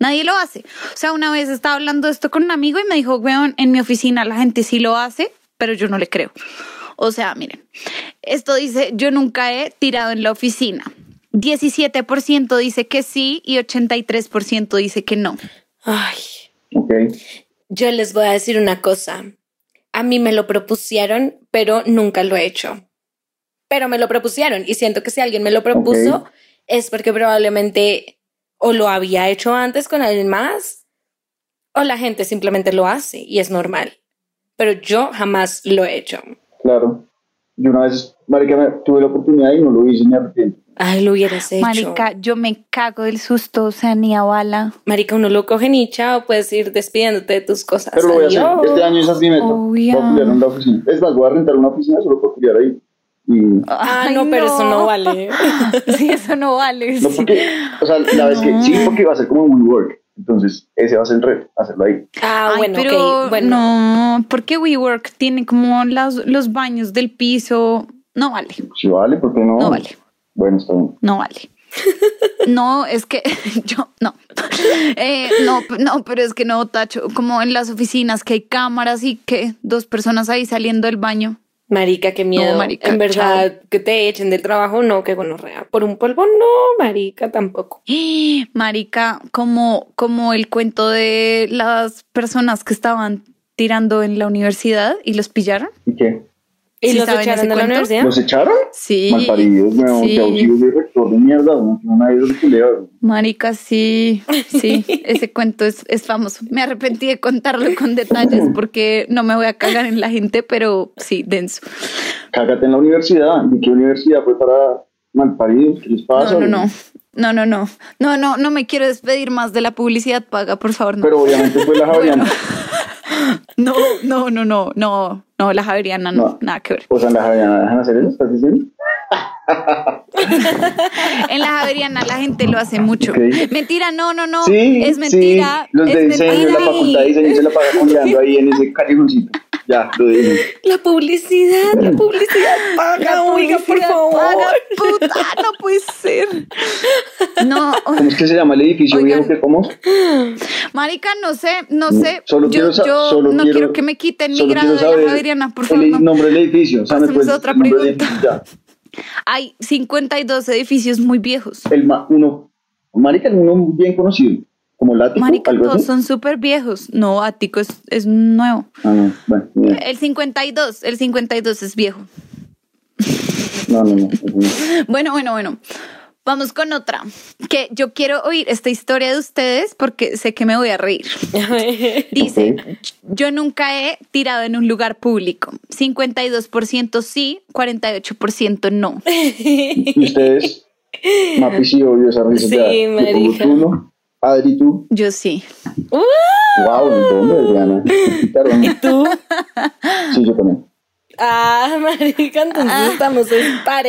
[SPEAKER 2] Nadie lo hace. O sea, una vez estaba hablando de esto con un amigo y me dijo, weón, en mi oficina la gente sí lo hace, pero yo no le creo. O sea, miren, esto dice, yo nunca he tirado en la oficina. 17% dice que sí y 83% dice que no.
[SPEAKER 4] Ay,
[SPEAKER 5] ok.
[SPEAKER 4] yo les voy a decir una cosa. A mí me lo propusieron, pero nunca lo he hecho. Pero me lo propusieron y siento que si alguien me lo propuso
[SPEAKER 5] Ok.
[SPEAKER 4] es porque probablemente o lo había hecho antes con alguien más o la gente simplemente lo hace y es normal. Pero yo jamás lo he hecho.
[SPEAKER 5] Claro. Yo una vez, marica, me- tuve la oportunidad y no lo hice, me arrepiento.
[SPEAKER 4] Ay, lo hubieras hecho.
[SPEAKER 2] Marica, yo me cago del susto, o sea, ni a bala.
[SPEAKER 4] Marica, uno lo coge ni chao, puedes ir despidiéndote de tus cosas.
[SPEAKER 5] Pero lo voy a hacer.
[SPEAKER 4] Adiós.
[SPEAKER 5] Este año esa es mi meta.
[SPEAKER 2] Oh,
[SPEAKER 5] Voy
[SPEAKER 2] yeah.
[SPEAKER 5] a culiar en la oficina. Es más, voy a rentar una oficina solo para culiar ahí. Y... No,
[SPEAKER 4] Ah,
[SPEAKER 2] Ay,
[SPEAKER 4] no, pero eso no vale.
[SPEAKER 2] Sí, eso no vale. sí.
[SPEAKER 5] porque, o sea, la vez que sí, porque va a ser como un work. Entonces, ese va a ser el reto, hacerlo ahí.
[SPEAKER 4] Ah,
[SPEAKER 2] Ay,
[SPEAKER 4] bueno,
[SPEAKER 2] pero
[SPEAKER 4] ok. Bueno,
[SPEAKER 2] no, porque WeWork tiene como las, los baños del piso. No vale,
[SPEAKER 5] Si vale, ¿por qué no?
[SPEAKER 2] No vale.
[SPEAKER 5] Bueno, está bien.
[SPEAKER 2] no vale. No, es que yo no. Eh, no, p- no, pero es que no, Tacho. Como en las oficinas que hay cámaras y que dos personas ahí saliendo del baño.
[SPEAKER 4] marica, qué miedo.
[SPEAKER 2] No, marica,
[SPEAKER 4] en verdad, que te echen del trabajo, no, que gonorrea. Por un polvo, no, marica, tampoco.
[SPEAKER 2] Marica, como, como el cuento de las personas que estaban tirando en la universidad y los pillaron.
[SPEAKER 5] ¿Y qué?
[SPEAKER 4] ¿Y
[SPEAKER 2] ¿Sí
[SPEAKER 4] los
[SPEAKER 2] saben
[SPEAKER 4] echaron
[SPEAKER 2] ese
[SPEAKER 4] de la
[SPEAKER 2] cuento?
[SPEAKER 4] universidad?
[SPEAKER 5] ¿Los echaron?
[SPEAKER 2] Sí.
[SPEAKER 5] Malparidos, weón,
[SPEAKER 2] sí.
[SPEAKER 5] que abusivos de rector de mierda, weón, que una de culiar.
[SPEAKER 2] Marica, sí, sí, ese cuento es, es famoso. Me arrepentí de contarlo con detalles porque no me voy a cagar en la gente, pero sí, denso.
[SPEAKER 5] Cágate en la universidad. ¿Y qué universidad fue para malparidos? ¿Qué les pasa?
[SPEAKER 2] No, no, no,
[SPEAKER 5] weón?
[SPEAKER 2] no, no, no, no, no, no me quiero despedir más de la publicidad paga, por favor, no.
[SPEAKER 5] Pero obviamente fue la Javeriana.
[SPEAKER 2] No, no, no, no, no, no, la Javeriana no,
[SPEAKER 5] No.
[SPEAKER 2] nada que ver.
[SPEAKER 5] O sea, en la Javeriana dejan hacer eso, ¿estás diciendo?
[SPEAKER 2] En la Javeriana la gente lo hace mucho.
[SPEAKER 5] Ok.
[SPEAKER 2] Mentira, no, no, no,
[SPEAKER 5] Sí,
[SPEAKER 2] es mentira.
[SPEAKER 5] sí. Los
[SPEAKER 2] es
[SPEAKER 5] de diseño,
[SPEAKER 2] mentira.
[SPEAKER 5] la facultad de diseño se la paga culiando ahí en ese callejoncito. Ya, lo dije.
[SPEAKER 4] La publicidad,
[SPEAKER 5] Pues,
[SPEAKER 4] la publicidad paga, oiga, por favor.
[SPEAKER 2] Paga, puta, no puede ser. No,
[SPEAKER 5] ¿Cómo es que se llama el edificio
[SPEAKER 2] Oigan.
[SPEAKER 5] viejo que como?
[SPEAKER 2] Marica, no sé, no sé.
[SPEAKER 5] Solo
[SPEAKER 2] yo
[SPEAKER 5] quiero sa-
[SPEAKER 2] yo
[SPEAKER 5] solo
[SPEAKER 2] no quiero que me quiten mi
[SPEAKER 5] solo
[SPEAKER 2] grado
[SPEAKER 5] quiero
[SPEAKER 2] de la
[SPEAKER 5] saber
[SPEAKER 2] Javeriana, por
[SPEAKER 5] el
[SPEAKER 2] favor.
[SPEAKER 5] edi-
[SPEAKER 2] no.
[SPEAKER 5] nombre del edificio. O sea, me
[SPEAKER 2] Pasemos
[SPEAKER 5] puedes
[SPEAKER 2] a
[SPEAKER 5] decir
[SPEAKER 2] otra
[SPEAKER 5] el nombre del
[SPEAKER 2] pregunta.
[SPEAKER 5] edificio, ya.
[SPEAKER 2] Hay 52 edificios muy viejos.
[SPEAKER 5] El ma- uno, marica, el uno bien conocido, como el ático,
[SPEAKER 2] Marica,
[SPEAKER 5] algo
[SPEAKER 2] todos
[SPEAKER 5] así.
[SPEAKER 2] son súper viejos. No, Ático es, es nuevo.
[SPEAKER 5] Ah, no, bueno, mira,
[SPEAKER 2] El 52, el 52 es viejo.
[SPEAKER 5] no, no, no, eso no.
[SPEAKER 2] Bueno, bueno, bueno. Vamos con otra. Que yo quiero oír esta historia de ustedes porque sé que me voy a reír. Dice, yo nunca he tirado en un lugar público. 52% sí, 48% no.
[SPEAKER 5] Y ustedes, Mapi sí, obvio, esa risa
[SPEAKER 4] Sí,
[SPEAKER 5] ya. Yo pongo
[SPEAKER 4] marica.
[SPEAKER 5] tú, ¿no? Adri, tú.
[SPEAKER 2] Yo sí.
[SPEAKER 5] Wow, ¿dónde, Adriana? Claro, ¿no?
[SPEAKER 4] ¿Tú?
[SPEAKER 5] Sí, yo también.
[SPEAKER 4] Ah, marica, entonces
[SPEAKER 2] Ah.
[SPEAKER 4] estamos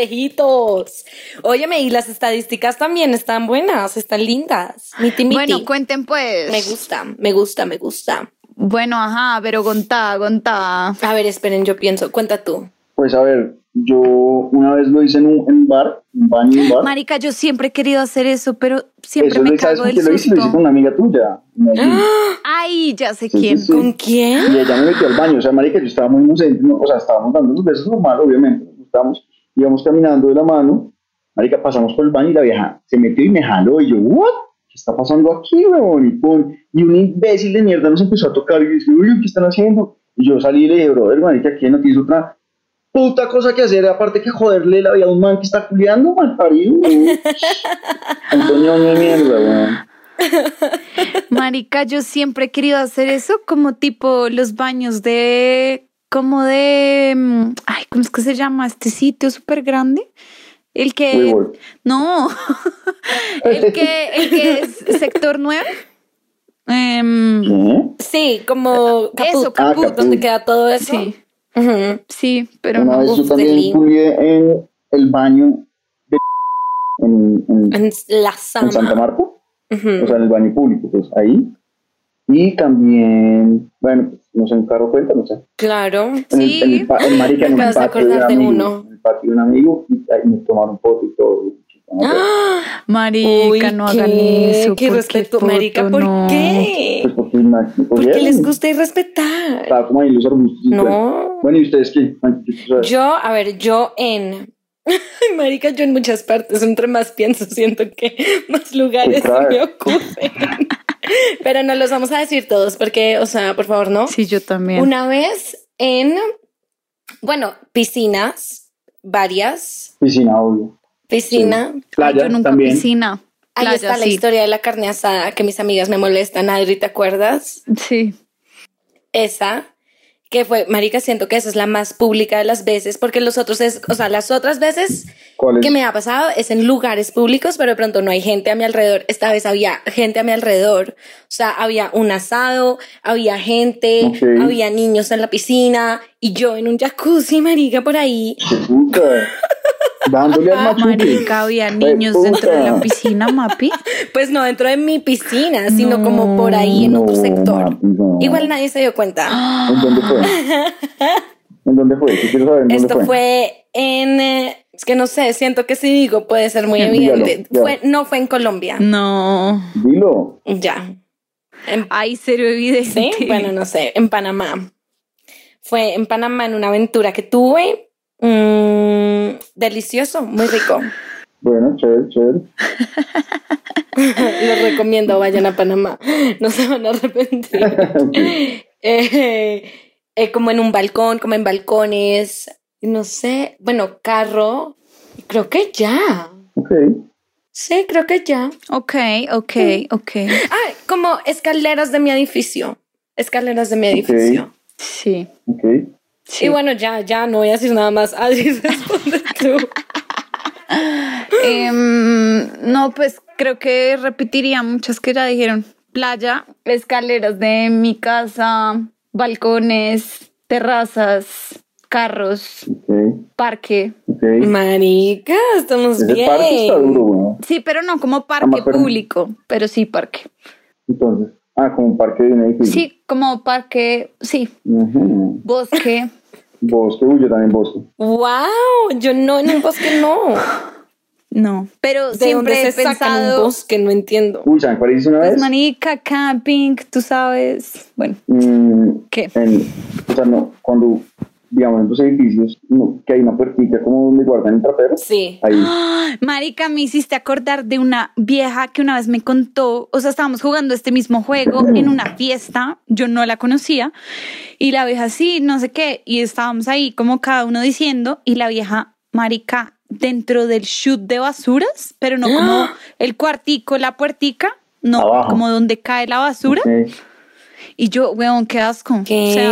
[SPEAKER 4] parejitos. Óyeme, y las estadísticas también están buenas, están lindas. Miti, miti.
[SPEAKER 2] Bueno, cuenten pues.
[SPEAKER 4] me gusta, me gusta, me gusta.
[SPEAKER 2] Bueno, ajá, pero contá, contá.
[SPEAKER 4] A ver, esperen, yo pienso. Cuenta tú.
[SPEAKER 5] Pues a ver, yo una vez lo hice en un, en un bar, un baño, un bar.
[SPEAKER 2] Marica, yo siempre he querido hacer eso, pero siempre
[SPEAKER 5] Eso
[SPEAKER 2] me
[SPEAKER 5] es Pues ¿sabes
[SPEAKER 2] cago
[SPEAKER 5] con
[SPEAKER 2] del
[SPEAKER 5] quién lo hice? Lo hice con
[SPEAKER 2] susto.
[SPEAKER 5] una amiga tuya. en Medellín.
[SPEAKER 2] Ay, ya sé
[SPEAKER 5] Sí, sí,
[SPEAKER 2] quién.
[SPEAKER 5] sí.
[SPEAKER 4] ¿Con quién?
[SPEAKER 5] Y ella me metió al baño, o sea, marica, yo estaba muy inocente, ¿no? o sea, estábamos dando unos besos normal, obviamente, nos gustamos, íbamos caminando de la mano, marica, pasamos por el baño y la vieja se metió y me jaló, y yo, ¿what? ¿Qué está pasando aquí, weón? Y, pum, y un imbécil de mierda nos empezó a tocar, y yo dije, uy, ¿qué están haciendo? Y yo salí y le dije, brother, marica, aquí no tienes otra puta cosa que hacer, aparte que joderle la vida a un man que está culiando, mal parido, weón. Antonio, mi mierda, weón.
[SPEAKER 2] Marica, yo siempre he querido hacer eso, como tipo los baños de. como de. mm, Ay, ¿cómo es que se llama? Este sitio súper grande. El que.
[SPEAKER 5] WeWork.
[SPEAKER 2] No. el que, el que es sector Em, 9.
[SPEAKER 5] ¿Qué?
[SPEAKER 4] Sí, como Caput.
[SPEAKER 2] eso,
[SPEAKER 5] Ah, Caput.
[SPEAKER 4] donde queda todo eso.
[SPEAKER 2] sí,
[SPEAKER 4] Ujú.
[SPEAKER 2] sí, pero
[SPEAKER 5] Una
[SPEAKER 2] no.
[SPEAKER 5] vez yo
[SPEAKER 4] uf,
[SPEAKER 5] también
[SPEAKER 4] delín.
[SPEAKER 5] culié en el baño de en, en-
[SPEAKER 4] En la
[SPEAKER 5] en Santa
[SPEAKER 4] Sama.
[SPEAKER 5] Marta,
[SPEAKER 4] Ujú.
[SPEAKER 5] o sea, en el baño público, pues ahí. Y también, bueno, pues, no sé, Caro cuenta, no sé.
[SPEAKER 4] Claro.
[SPEAKER 5] En el-
[SPEAKER 2] Sí.
[SPEAKER 5] en el, pa- en Marica, en
[SPEAKER 4] Me
[SPEAKER 5] un
[SPEAKER 4] acabas de
[SPEAKER 5] patio de
[SPEAKER 4] acordar de
[SPEAKER 5] amigos,
[SPEAKER 4] uno.
[SPEAKER 5] En el patio de un amigo y ahí me tomaron foto y todo. y "Ah, chupamos.
[SPEAKER 2] Marica, no hagan eso.
[SPEAKER 4] Qué
[SPEAKER 2] ¿por
[SPEAKER 4] respeto,
[SPEAKER 2] puto,
[SPEAKER 4] marica, ¿por
[SPEAKER 2] no?
[SPEAKER 4] qué?
[SPEAKER 5] Pues porque, ima- pues,
[SPEAKER 4] Porque
[SPEAKER 5] ya,
[SPEAKER 4] les gusta irrespetar.
[SPEAKER 5] Estaba como ahí en los arbustos. y todo.
[SPEAKER 4] No.
[SPEAKER 5] Bueno, ¿y ustedes qué? Ay, pues, ¿qué cosas?
[SPEAKER 4] Yo, a ver, yo en. Marica, yo en muchas partes, entre más pienso, siento que más lugares se
[SPEAKER 5] Total.
[SPEAKER 4] me ocurren. Pero no los vamos a decir todos porque, o sea, por favor, no.
[SPEAKER 2] Sí, yo también.
[SPEAKER 4] Una vez en, bueno, piscinas, varias,
[SPEAKER 5] Piscina, obvio.
[SPEAKER 4] piscina.
[SPEAKER 2] Ay,
[SPEAKER 5] Playa
[SPEAKER 2] yo nunca
[SPEAKER 5] Ah, también.
[SPEAKER 2] piscina.
[SPEAKER 4] Ahí
[SPEAKER 2] Playa,
[SPEAKER 4] está la
[SPEAKER 2] sí.
[SPEAKER 4] historia de la carne asada que mis amigas me molestan. Adri, ¿te acuerdas?
[SPEAKER 2] Sí.
[SPEAKER 4] Esa, que fue, marica, siento que esa es la más pública de las veces porque los otros es, o sea, las otras veces
[SPEAKER 5] ¿Cuál es?
[SPEAKER 4] que me ha pasado es en lugares públicos, pero de pronto no hay gente a mi alrededor. Esta vez había gente a mi alrededor. O sea, había un asado, había gente,
[SPEAKER 5] Ok.
[SPEAKER 4] había niños en la piscina y yo en un jacuzzi, marica, por ahí.
[SPEAKER 5] ¡Qué puta! Dándole al machuque.
[SPEAKER 2] Ah, Marica, había
[SPEAKER 5] Ay,
[SPEAKER 2] niños dentro de la
[SPEAKER 5] puta.
[SPEAKER 2] piscina, Mapi.
[SPEAKER 4] Pues no dentro de mi piscina, sino como por ahí en otro
[SPEAKER 5] No,
[SPEAKER 4] sector.
[SPEAKER 5] Marti, no.
[SPEAKER 4] Igual nadie se dio cuenta.
[SPEAKER 5] ¿En dónde fue? ¿En dónde fue? ¿Qué quiero saber? ¿En dónde
[SPEAKER 4] Esto fue en... eh, es que no sé, siento que si digo puede ser muy
[SPEAKER 5] Dígalo,
[SPEAKER 4] evidente.
[SPEAKER 5] ya.
[SPEAKER 4] Fue, no fue en Colombia.
[SPEAKER 2] No.
[SPEAKER 5] Dilo.
[SPEAKER 4] Ya. En-
[SPEAKER 2] Ay, cero evidente.
[SPEAKER 4] Sí, bueno, no sé, en Panamá. Fue en Panamá en una aventura que tuve. Mm, delicioso, muy rico.
[SPEAKER 5] Bueno, chévere, chévere.
[SPEAKER 4] Les recomiendo, vayan a Panamá. No se van a arrepentir. Eh, eh, como en un balcón, como en balcones. No sé, bueno, carro. Creo que ya.
[SPEAKER 5] ok.
[SPEAKER 4] Sí, creo que ya.
[SPEAKER 2] Ok, ok, ok.
[SPEAKER 4] Ah, como escaleras de mi edificio. Escaleras de mi edificio.
[SPEAKER 2] Sí.
[SPEAKER 5] Ok.
[SPEAKER 2] sí.
[SPEAKER 4] Y bueno, ya, ya, no voy a decir nada más. Adri, responde tú.
[SPEAKER 2] Em, no, pues creo que repetiría muchas que ya dijeron. Playa, escaleras de mi casa, balcones, terrazas, carros,
[SPEAKER 5] Ok.
[SPEAKER 2] parque.
[SPEAKER 5] Ok.
[SPEAKER 4] Marica, estamos
[SPEAKER 5] Ese
[SPEAKER 4] bien.
[SPEAKER 5] parque está duro, weón.
[SPEAKER 2] Sí, pero no como parque
[SPEAKER 5] Ama, pero-
[SPEAKER 2] público, pero sí parque.
[SPEAKER 5] Entonces, ah, como un parque de un edificio.
[SPEAKER 2] Sí, como parque, sí,
[SPEAKER 5] Ujú.
[SPEAKER 2] bosque.
[SPEAKER 5] Bosque, uy, yo también bosque.
[SPEAKER 4] Wow, yo no en un bosque no.
[SPEAKER 2] No, pero
[SPEAKER 4] ¿De
[SPEAKER 2] siempre
[SPEAKER 4] dónde
[SPEAKER 2] he
[SPEAKER 4] se sacan un
[SPEAKER 2] pensado,
[SPEAKER 4] bosque? No entiendo.
[SPEAKER 5] Uy, ¿saben cuál hice una
[SPEAKER 2] pues
[SPEAKER 5] vez?
[SPEAKER 2] manica, camping, tú sabes. Bueno,
[SPEAKER 5] Mm,
[SPEAKER 2] ¿Qué?
[SPEAKER 5] en- o sea, no, cuando, digamos, en los edificios, no, que hay una puertita como donde guardan el trapero.
[SPEAKER 4] Sí.
[SPEAKER 5] Ahí.
[SPEAKER 2] Marica, me hiciste acordar de una vieja que una vez me contó, o sea, estábamos jugando este mismo juego en una fiesta, yo no la conocía, y la vieja sí, no sé qué, y estábamos ahí como cada uno diciendo, y la vieja, Marica, dentro del shoot de basuras, pero no como
[SPEAKER 4] ¡Ah!
[SPEAKER 2] el cuartico, la puertica, no,
[SPEAKER 5] Abajo.
[SPEAKER 2] como donde cae la basura,
[SPEAKER 5] Ok.
[SPEAKER 2] y yo, weón, qué asco. o
[SPEAKER 4] ¿Qué?
[SPEAKER 2] sea,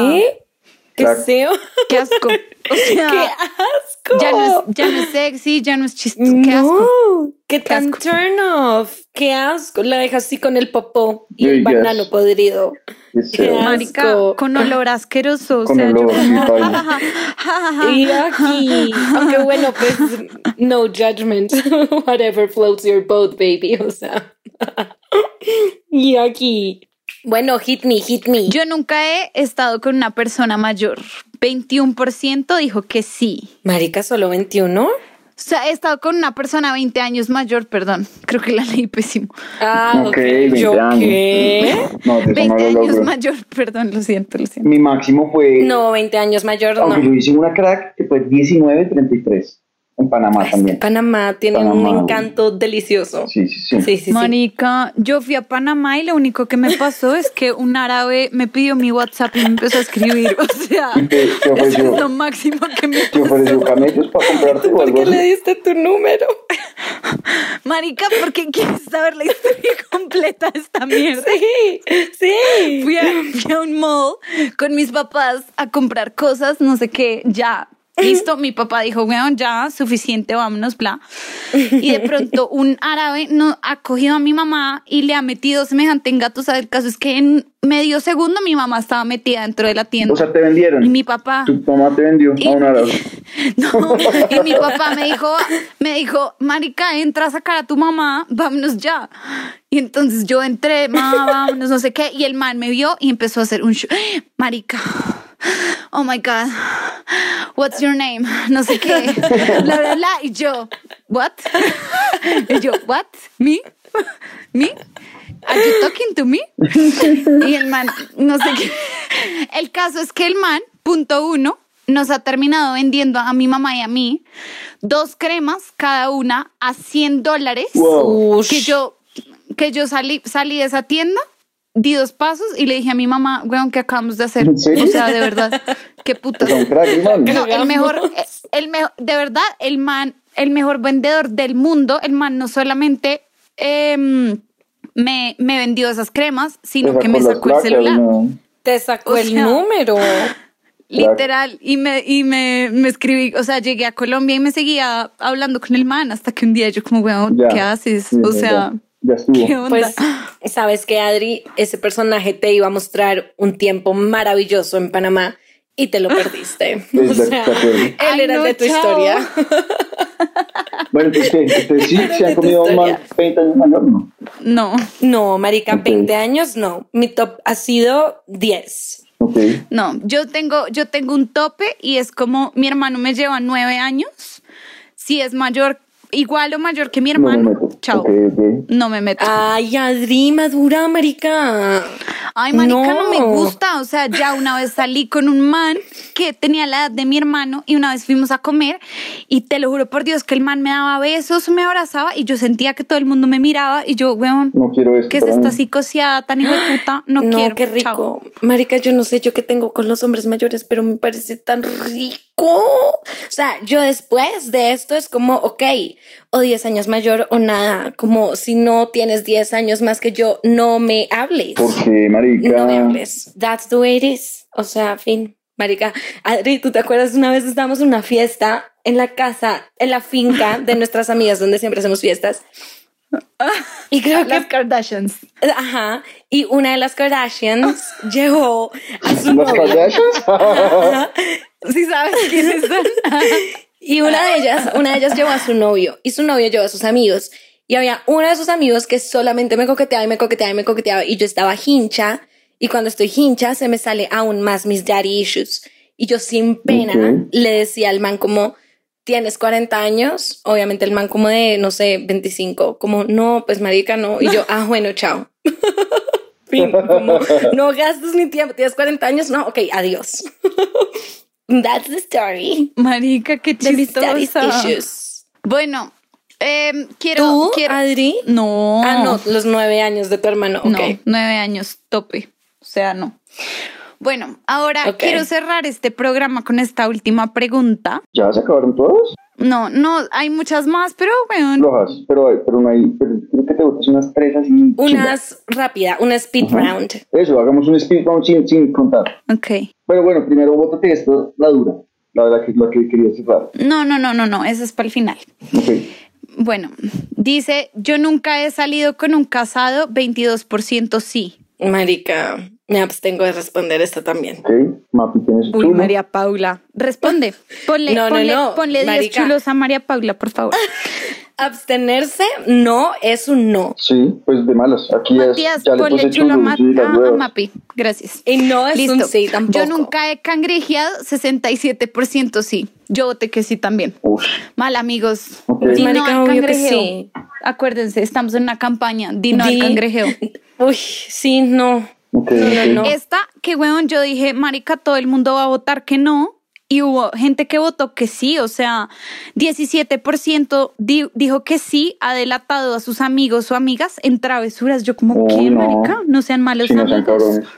[SPEAKER 4] ¿Qué
[SPEAKER 5] Claro.
[SPEAKER 4] seo?
[SPEAKER 2] qué asco. O sea,
[SPEAKER 4] ¡Qué asco!
[SPEAKER 2] ya, no es, ya no es sexy, ya no es chistoso,
[SPEAKER 4] No,
[SPEAKER 2] qué asco.
[SPEAKER 4] qué tan
[SPEAKER 2] asco.
[SPEAKER 4] turn off. Qué asco. La deja así con el popó y el
[SPEAKER 5] Yes.
[SPEAKER 4] banano podrido.
[SPEAKER 5] Yes,
[SPEAKER 4] Qué
[SPEAKER 5] sir.
[SPEAKER 4] asco.
[SPEAKER 2] Marica, con olor asqueroso.
[SPEAKER 5] Con
[SPEAKER 2] Ah, o sea,
[SPEAKER 5] olor,
[SPEAKER 2] yo-
[SPEAKER 5] sí, paila.
[SPEAKER 4] Y
[SPEAKER 2] Ah.
[SPEAKER 4] aquí. Aunque bueno, pues no judgment. Whatever floats your boat, baby. O sea. Y aquí. Bueno, hit me, hit me.
[SPEAKER 2] Yo nunca he estado con una persona mayor. 21% dijo que sí.
[SPEAKER 4] Marica, solo 21.
[SPEAKER 2] O sea, he estado con una persona 20 años mayor, perdón. Creo que la leí pésimo.
[SPEAKER 4] Ah,
[SPEAKER 5] Ok, 20
[SPEAKER 4] ¿Yo
[SPEAKER 5] años.
[SPEAKER 4] qué?
[SPEAKER 5] No, de eso no
[SPEAKER 2] 20
[SPEAKER 5] lo
[SPEAKER 2] años
[SPEAKER 5] logro.
[SPEAKER 2] mayor, perdón, lo siento, lo siento.
[SPEAKER 5] Mi máximo fue,
[SPEAKER 4] No, 20 años mayor, no.
[SPEAKER 5] aunque yo hice una crack, que fue 19.33 en Panamá
[SPEAKER 4] Es que
[SPEAKER 5] también.
[SPEAKER 4] Panamá tiene
[SPEAKER 5] Panamá,
[SPEAKER 4] un
[SPEAKER 5] güey.
[SPEAKER 4] encanto delicioso. Sí,
[SPEAKER 5] Sí, sí, sí.
[SPEAKER 4] sí, sí.
[SPEAKER 2] Marica, yo fui a Panamá y lo único que me pasó es que un árabe me pidió mi WhatsApp y me empezó a escribir. O sea,
[SPEAKER 5] ¿Y te, te
[SPEAKER 2] eso es lo
[SPEAKER 5] ofreció,
[SPEAKER 2] máximo que me
[SPEAKER 5] te ofreció camellos para comprarte o
[SPEAKER 4] ¿Por
[SPEAKER 5] algo
[SPEAKER 4] qué le
[SPEAKER 5] así?
[SPEAKER 4] diste tu número?
[SPEAKER 2] Marica, porque quieres saber la historia completa de esta mierda.
[SPEAKER 4] Sí, sí.
[SPEAKER 2] Fui a, fui a un mall con mis papás a comprar cosas, no sé qué, ya Listo, mi papá dijo, weón, ya, suficiente, vámonos, bla. Y de pronto un árabe no, ha cogido a mi mamá y le ha metido semejante engato. O sea, el caso es que en medio segundo mi mamá estaba metida dentro de la tienda.
[SPEAKER 5] O sea, te vendieron.
[SPEAKER 2] y mi papá.
[SPEAKER 5] Tu mamá te vendió a un árabe.
[SPEAKER 2] No, y mi papá me dijo, me dijo, marica, entra a sacar a tu mamá, vámonos ya. Y entonces yo entré, mamá, vámonos, no sé qué. Y el man me vio y empezó a hacer un show. Marica, oh my God, what's your name? No sé qué, bla, bla, bla. Y yo, what? Y yo, what? Me? Me? Are you talking to me? Y el man, no sé qué. El caso es que el man, punto uno, nos ha terminado vendiendo a mi mamá y a mí dos cremas, cada una a 100 dólares.
[SPEAKER 5] Wow.
[SPEAKER 2] Que yo, que yo salí, salí de esa tienda, di dos pasos y le dije a mi mamá, weón, ¿qué acabamos de hacer?
[SPEAKER 5] ¿En serio?
[SPEAKER 2] O sea, de verdad, qué putas.
[SPEAKER 5] Es un crack, man.
[SPEAKER 2] No, el mejor, eh, el mejor, de verdad, el man, el mejor vendedor del mundo, el man no solamente em, me, me vendió esas cremas, sino que me
[SPEAKER 5] las
[SPEAKER 2] sacó el
[SPEAKER 5] placas,
[SPEAKER 2] celular.
[SPEAKER 5] no.
[SPEAKER 4] Te sacó
[SPEAKER 2] O
[SPEAKER 4] el
[SPEAKER 2] sea-
[SPEAKER 4] número.
[SPEAKER 5] Claro.
[SPEAKER 2] Literal, y me, y me, me escribí, o sea, llegué a Colombia y me seguía hablando con el man hasta que un día yo como, weón,
[SPEAKER 5] Ya.
[SPEAKER 2] ¿qué haces?
[SPEAKER 5] Sí,
[SPEAKER 2] o
[SPEAKER 5] ya,
[SPEAKER 2] sea,
[SPEAKER 5] ya estuvo.
[SPEAKER 2] ¿qué onda?
[SPEAKER 4] Pues, sabes que Adri, ese personaje te iba a mostrar un tiempo maravilloso en Panamá y te lo perdiste.
[SPEAKER 5] Es
[SPEAKER 4] O
[SPEAKER 5] de-
[SPEAKER 4] sea,
[SPEAKER 5] de acuerdo.
[SPEAKER 4] él
[SPEAKER 2] Ay,
[SPEAKER 4] era el
[SPEAKER 2] no,
[SPEAKER 4] de tu
[SPEAKER 2] chao.
[SPEAKER 4] historia.
[SPEAKER 5] Bueno, pues que ustedes sí se han comido
[SPEAKER 4] tu
[SPEAKER 5] más 30 años mayor, ¿no?
[SPEAKER 2] No,
[SPEAKER 4] No, marica,
[SPEAKER 5] Ok.
[SPEAKER 4] 20 años no. Mi top ha sido 10.
[SPEAKER 5] Ok.
[SPEAKER 2] no, yo tengo, yo tengo un tope y es como mi hermano me lleva nueve años, si es mayor, igual o mayor que mi
[SPEAKER 5] No me
[SPEAKER 2] hermano,
[SPEAKER 5] meto.
[SPEAKER 2] chao,
[SPEAKER 5] Ok, ok.
[SPEAKER 2] no me
[SPEAKER 4] Ah,
[SPEAKER 2] meto.
[SPEAKER 4] Ay, Adri, madura, marica.
[SPEAKER 2] Ay, marica, no. me
[SPEAKER 4] No.
[SPEAKER 2] gusta. O sea, ya una vez salí con un man que tenía la edad de mi hermano y una vez fuimos a comer y te lo juro por Dios que el man me daba besos, me abrazaba y yo sentía que todo el mundo me miraba y yo, weón,
[SPEAKER 5] No quiero esto.
[SPEAKER 2] que es
[SPEAKER 5] para
[SPEAKER 2] esta
[SPEAKER 5] mí.
[SPEAKER 2] psicoseada tan hijo de puta? No,
[SPEAKER 4] No,
[SPEAKER 2] quiero.
[SPEAKER 4] qué
[SPEAKER 2] Chao.
[SPEAKER 4] rico. Marica, yo no sé yo qué tengo con los hombres mayores, pero me parece tan rico. O sea, yo después de esto es como, ok, o 10 años mayor o nada. Como si no tienes 10 años más que yo, no me hables.
[SPEAKER 5] Porque, marica.
[SPEAKER 4] No me hables. That's the way it is. O sea, fin. Marica, Adri, ¿tú te acuerdas una vez estábamos en una fiesta en la casa, en la finca de nuestras amigas donde siempre hacemos fiestas? Y creo que
[SPEAKER 2] Las Kardashians.
[SPEAKER 4] Ajá. Y una de las Kardashians llegó a su
[SPEAKER 5] ¿Las
[SPEAKER 4] novio.
[SPEAKER 5] Kardashians?
[SPEAKER 2] Sí, sabes quiénes son.
[SPEAKER 4] Y una de ellas, una de ellas llevó a su novio. Y su novio llevó a sus amigos. Y había uno de sus amigos que solamente me coqueteaba y me coqueteaba y me coqueteaba. Y yo estaba hincha. Y cuando estoy hincha, se me sale aún más mis daddy issues. Y yo sin pena
[SPEAKER 5] Ok.
[SPEAKER 4] le decía al man como, tienes 40 años. Obviamente el man como de, no sé, 25. Como, no, pues marica, no. Y yo, ah, bueno, chao. Fin, como, no gastes mi tiempo, tienes 40 años, no, ok, adiós. That's the story.
[SPEAKER 2] Marica, qué
[SPEAKER 4] De mis daddy's
[SPEAKER 2] chistosa.
[SPEAKER 4] issues.
[SPEAKER 2] Bueno, em, quiero.
[SPEAKER 4] ¿Tú,
[SPEAKER 2] quiero...
[SPEAKER 4] Adri?
[SPEAKER 2] No.
[SPEAKER 4] Ah, no, los nueve años de tu hermano, ok.
[SPEAKER 2] No, nueve años, tope. O sea, no. Bueno, ahora
[SPEAKER 4] Ok.
[SPEAKER 2] quiero cerrar este programa con esta última pregunta.
[SPEAKER 5] ¿Ya se acabaron todas?
[SPEAKER 2] No, no, hay muchas más, pero bueno,
[SPEAKER 5] Flojas. Pero, hay- pero no hay. Pero creo que te botas unas tres así. chidas.
[SPEAKER 4] Unas rápida, una speed round.
[SPEAKER 5] Eso, hagamos un speedrun sin, sin contar.
[SPEAKER 2] ok.
[SPEAKER 5] Pero bueno, primero bótate esto, la dura. La, la, que, la que quería cerrar.
[SPEAKER 2] No, no, no, no, no, eso es para el final.
[SPEAKER 5] Ok.
[SPEAKER 2] Bueno, dice, yo nunca he salido con un casado, 22% sí.
[SPEAKER 4] Marica, me abstengo de responder esta también.
[SPEAKER 5] Ok. Mapi, tienes
[SPEAKER 2] Uy,
[SPEAKER 5] chulo.
[SPEAKER 2] María Paula, responde. Ponle,
[SPEAKER 4] No, no,
[SPEAKER 2] ponle,
[SPEAKER 4] no,
[SPEAKER 2] ponle 10
[SPEAKER 4] marica.
[SPEAKER 2] chulos a María Paula, por favor.
[SPEAKER 4] Abstenerse no es un no.
[SPEAKER 5] Sí, pues de malas. Aquí es-
[SPEAKER 2] Matías,
[SPEAKER 5] ya le
[SPEAKER 2] ponle
[SPEAKER 5] puse
[SPEAKER 2] chulo a,
[SPEAKER 5] chulo,
[SPEAKER 2] Ma-
[SPEAKER 5] sí, las
[SPEAKER 2] a- a
[SPEAKER 5] huevas.
[SPEAKER 2] Mapi. Gracias.
[SPEAKER 4] Y Eh, no es
[SPEAKER 2] Listo.
[SPEAKER 4] un sí tampoco.
[SPEAKER 2] Yo nunca he cangrejeado, 67% sí. Yo voté que sí también.
[SPEAKER 5] Uf.
[SPEAKER 2] Mal, amigos.
[SPEAKER 5] Ok.
[SPEAKER 2] Di no
[SPEAKER 4] Marica,
[SPEAKER 2] al
[SPEAKER 4] obvio que
[SPEAKER 2] cangrejeo.
[SPEAKER 4] sí.
[SPEAKER 2] Acuérdense, estamos en una campaña. Di no al
[SPEAKER 4] Di-
[SPEAKER 2] cangrejeo.
[SPEAKER 4] Uy, sí, no.
[SPEAKER 5] Ok,
[SPEAKER 4] No, no,
[SPEAKER 5] ok.
[SPEAKER 4] no.
[SPEAKER 2] Esta, que weón, yo dije, marica, todo el mundo va a votar que no. Y hubo gente que votó que sí, o sea, 17% di- dijo que sí, ha delatado a sus amigos o amigas en travesuras. Yo como,
[SPEAKER 5] Oh,
[SPEAKER 2] ¿qué,
[SPEAKER 5] no.
[SPEAKER 2] marica? No sean malos
[SPEAKER 5] Si no sean
[SPEAKER 2] amigos.
[SPEAKER 5] cabrones.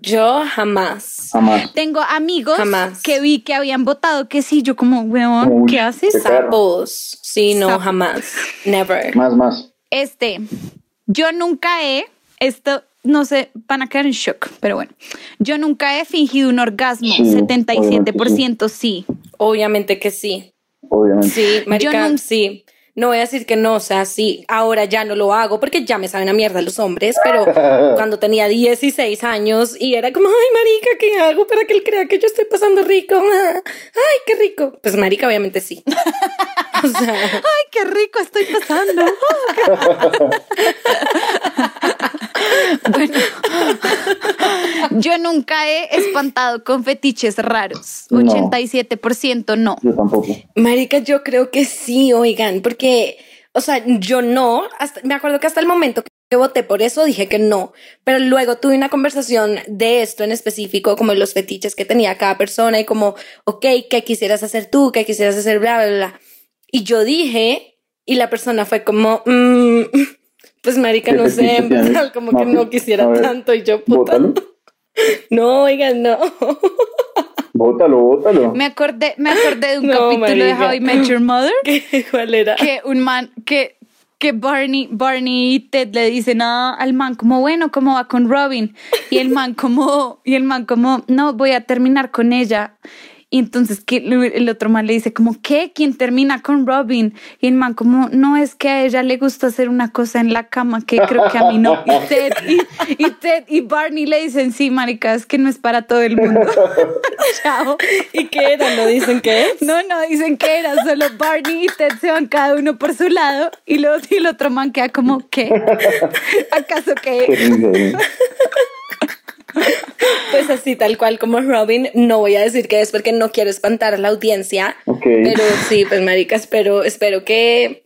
[SPEAKER 4] Yo jamás.
[SPEAKER 5] Jamás.
[SPEAKER 2] Tengo amigos
[SPEAKER 4] Jamás.
[SPEAKER 2] que vi que habían votado que sí. Yo como, weón,
[SPEAKER 5] Uy,
[SPEAKER 2] ¿qué haces?
[SPEAKER 5] qué perro.
[SPEAKER 4] Sapos. Sí, no,
[SPEAKER 2] Sapos.
[SPEAKER 4] jamás. Never.
[SPEAKER 5] Más, más.
[SPEAKER 2] Este, yo nunca he, esto, no sé, van a quedar en shock, pero bueno. Yo nunca he fingido un orgasmo,
[SPEAKER 5] Sí,
[SPEAKER 2] 77% sí.
[SPEAKER 4] Obviamente que sí.
[SPEAKER 5] obviamente.
[SPEAKER 4] Sí, marica,
[SPEAKER 2] no-
[SPEAKER 4] sí. No voy a decir que no, o sea, sí. Ahora ya no lo hago porque ya me saben a mierda los hombres, pero cuando tenía 16 años y era como, ay, marica, ¿qué hago para que él crea que yo estoy pasando rico? Ah, Ay, qué rico. Pues, marica, obviamente sí. O sea,
[SPEAKER 7] Ay, qué rico estoy pasando.
[SPEAKER 2] Yo nunca he espantado con fetiches raros.
[SPEAKER 5] No.
[SPEAKER 2] 87% no.
[SPEAKER 5] Yo tampoco.
[SPEAKER 4] marica, yo creo que sí, oigan, porque, o sea, yo no, hasta- me acuerdo que hasta el momento que voté por eso dije que no, pero luego tuve una conversación de esto en específico, como los fetiches que tenía cada persona y como, ok, ¿qué quisieras hacer tú? ¿Qué quisieras hacer? Bla, bla, bla. Y yo dije, y la persona fue como, mm, pues, marica,
[SPEAKER 5] ¿Qué
[SPEAKER 4] no sé,
[SPEAKER 5] fetiche tienes?
[SPEAKER 4] como que
[SPEAKER 5] Mati,
[SPEAKER 4] no
[SPEAKER 5] a
[SPEAKER 4] quisiera
[SPEAKER 5] ver,
[SPEAKER 4] tanto y yo, puta,
[SPEAKER 5] Bótalo,
[SPEAKER 4] no, oigan, no.
[SPEAKER 5] bótalo, bótalo.
[SPEAKER 2] Me acordé, me acordé de un
[SPEAKER 4] No,
[SPEAKER 2] capítulo de
[SPEAKER 4] marica.
[SPEAKER 2] How I Met Your Mother
[SPEAKER 4] ¿Qué- ¿Cuál era?
[SPEAKER 2] que un man que que Barney, Barney y Ted le dicen ah, al man como bueno, cómo va con Robin y el man como y el man como no voy a terminar con ella. Y entonces que el el otro man le dice como ¿qué? ¿Quién termina con Robin? Y el man como no es que a ella le gusta hacer una cosa en la cama que creo que a mí no. Y Ted y, y Ted y Barney le dicen sí, marica, es que no es para todo el mundo. Chao.
[SPEAKER 4] ¿Y qué era? ¿No dicen qué es?
[SPEAKER 2] No, no, dicen que era solo Barney y Ted se van cada uno por su lado y, luego, y el otro man queda como, ¿qué? ¿Acaso
[SPEAKER 5] Qué
[SPEAKER 2] que
[SPEAKER 5] rico.
[SPEAKER 4] Pues así, tal cual como Robin, no voy a decir que es porque no quiero espantar a la audiencia.
[SPEAKER 5] Ok.
[SPEAKER 4] Pero sí, pues marica, espero, espero que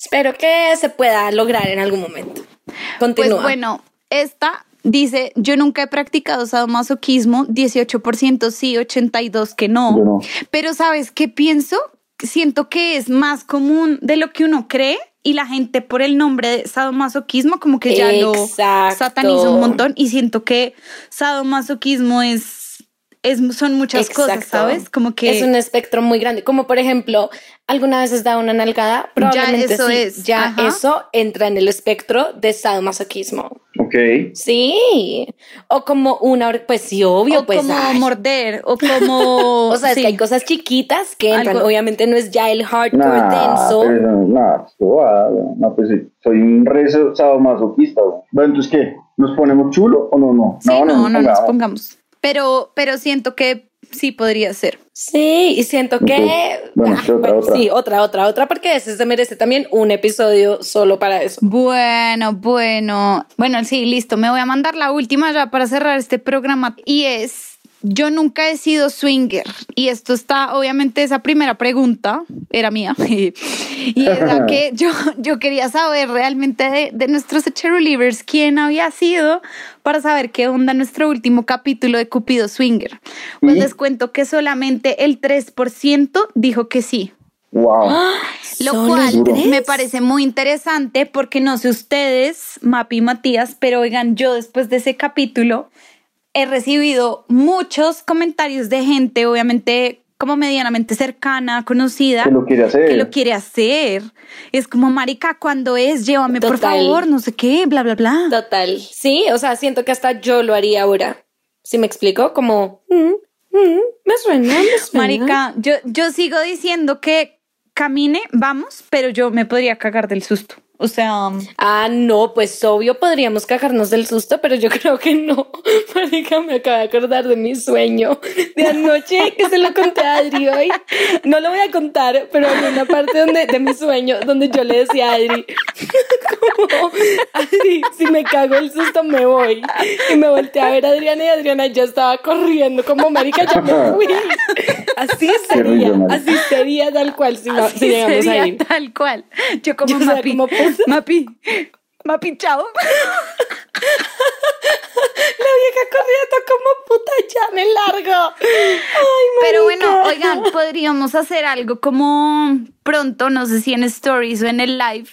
[SPEAKER 4] espero que se pueda lograr en algún momento.
[SPEAKER 2] Pues
[SPEAKER 4] Continúa.
[SPEAKER 2] bueno, esta dice, yo nunca he practicado sadomasoquismo, 18% sí, 82% que no.
[SPEAKER 5] Yo no.
[SPEAKER 2] Pero ¿sabes qué pienso? Siento que es más común de lo que uno cree y la gente por el nombre de sadomasoquismo como que ya lo
[SPEAKER 4] Exacto.
[SPEAKER 2] sataniza un montón y siento que sadomasoquismo es, es son muchas cosas,
[SPEAKER 4] Exacto.
[SPEAKER 2] ¿sabes? Como que
[SPEAKER 4] es un espectro muy grande. Como por ejemplo, alguna vez has dado una nalgada, probablemente
[SPEAKER 2] eso
[SPEAKER 4] sí.
[SPEAKER 2] es,
[SPEAKER 4] Ya
[SPEAKER 2] ajá.
[SPEAKER 4] eso entra en el espectro de sadomasoquismo.
[SPEAKER 5] Ok.
[SPEAKER 4] Sí. O como una, or- pues sí, obvio,
[SPEAKER 2] o
[SPEAKER 4] pues
[SPEAKER 2] como
[SPEAKER 4] ay.
[SPEAKER 2] morder o como
[SPEAKER 4] O sea, es
[SPEAKER 2] sí.
[SPEAKER 4] que hay cosas chiquitas que entran.
[SPEAKER 2] Algo-
[SPEAKER 4] Obviamente no es ya el hardcore
[SPEAKER 5] Nah,
[SPEAKER 4] denso.
[SPEAKER 5] pero eso- nah, qué bobada, güey. no, pues sí, soy un re sadomasoquista, güey. Bueno, entonces, ¿qué? ¿Nos ponemos chulo o no? No,
[SPEAKER 2] Sí, no, no, nos
[SPEAKER 5] pongamos.
[SPEAKER 2] pongamos. Pero pero siento que sí podría ser.
[SPEAKER 4] Sí, y siento que. Ah,
[SPEAKER 5] Ok. Bueno, sí, otra, otra.
[SPEAKER 4] Sí, otra, otra, otra, porque ese se merece también un episodio solo para eso.
[SPEAKER 2] Bueno, bueno. Bueno, sí, listo. Me voy a mandar la última ya para cerrar este programa. Y es, yo nunca he sido swinger. Y esto está, obviamente, esa primera pregunta era mía. Y es la que yo, yo quería saber realmente de, de nuestros cheerleaders quién había sido para saber qué onda nuestro último capítulo de Cupido Swinger. Pues
[SPEAKER 5] ¿Y?
[SPEAKER 2] les cuento que solamente el 3% dijo que sí.
[SPEAKER 5] Wow.
[SPEAKER 2] Lo
[SPEAKER 4] ¿Solo
[SPEAKER 2] cual
[SPEAKER 5] tres?
[SPEAKER 2] me parece muy interesante porque no sé ustedes, Mapi y Matías, pero oigan, yo después de ese capítulo he recibido muchos comentarios de gente, obviamente como medianamente cercana, conocida,
[SPEAKER 5] Que lo quiere hacer.
[SPEAKER 2] que lo quiere hacer. Es como, marica, cuando es, llévame por
[SPEAKER 4] Total.
[SPEAKER 2] favor, no sé qué, bla, bla, bla.
[SPEAKER 4] Total. Sí, o sea, siento que hasta yo lo haría ahora. Si me explico, como. mm, mm, me suena, me suena.
[SPEAKER 2] Marica, yo, yo sigo diciendo que camine, vamos, pero yo me podría cagar del susto. O sea...
[SPEAKER 4] Ah, no, pues obvio podríamos cagarnos del susto, pero yo creo que no. Marica, me acabo de acordar de mi sueño de anoche que se lo conté a Adri hoy. No lo voy a contar, pero hay una parte donde, de mi sueño donde yo le decía a Adri, como, Adri, si me cago el susto me voy. Y me volteé a ver a Adriana y Adriana ya estaba corriendo como, marica, ya me fui. Así sería,
[SPEAKER 5] rico, marica.
[SPEAKER 4] así sería tal cual si, no,
[SPEAKER 2] Así
[SPEAKER 4] si llegamos
[SPEAKER 2] sería
[SPEAKER 4] a ir.
[SPEAKER 2] Tal cual. Yo como
[SPEAKER 4] Yo, o sea,
[SPEAKER 2] mapi.
[SPEAKER 4] como puta.
[SPEAKER 2] mapi. Mapi, chao.
[SPEAKER 4] La vieja corriendo como puta ya me largo. Ay,
[SPEAKER 2] Pero
[SPEAKER 4] marica.
[SPEAKER 2] bueno, oigan, podríamos hacer algo como pronto, no sé si en Stories o en el live.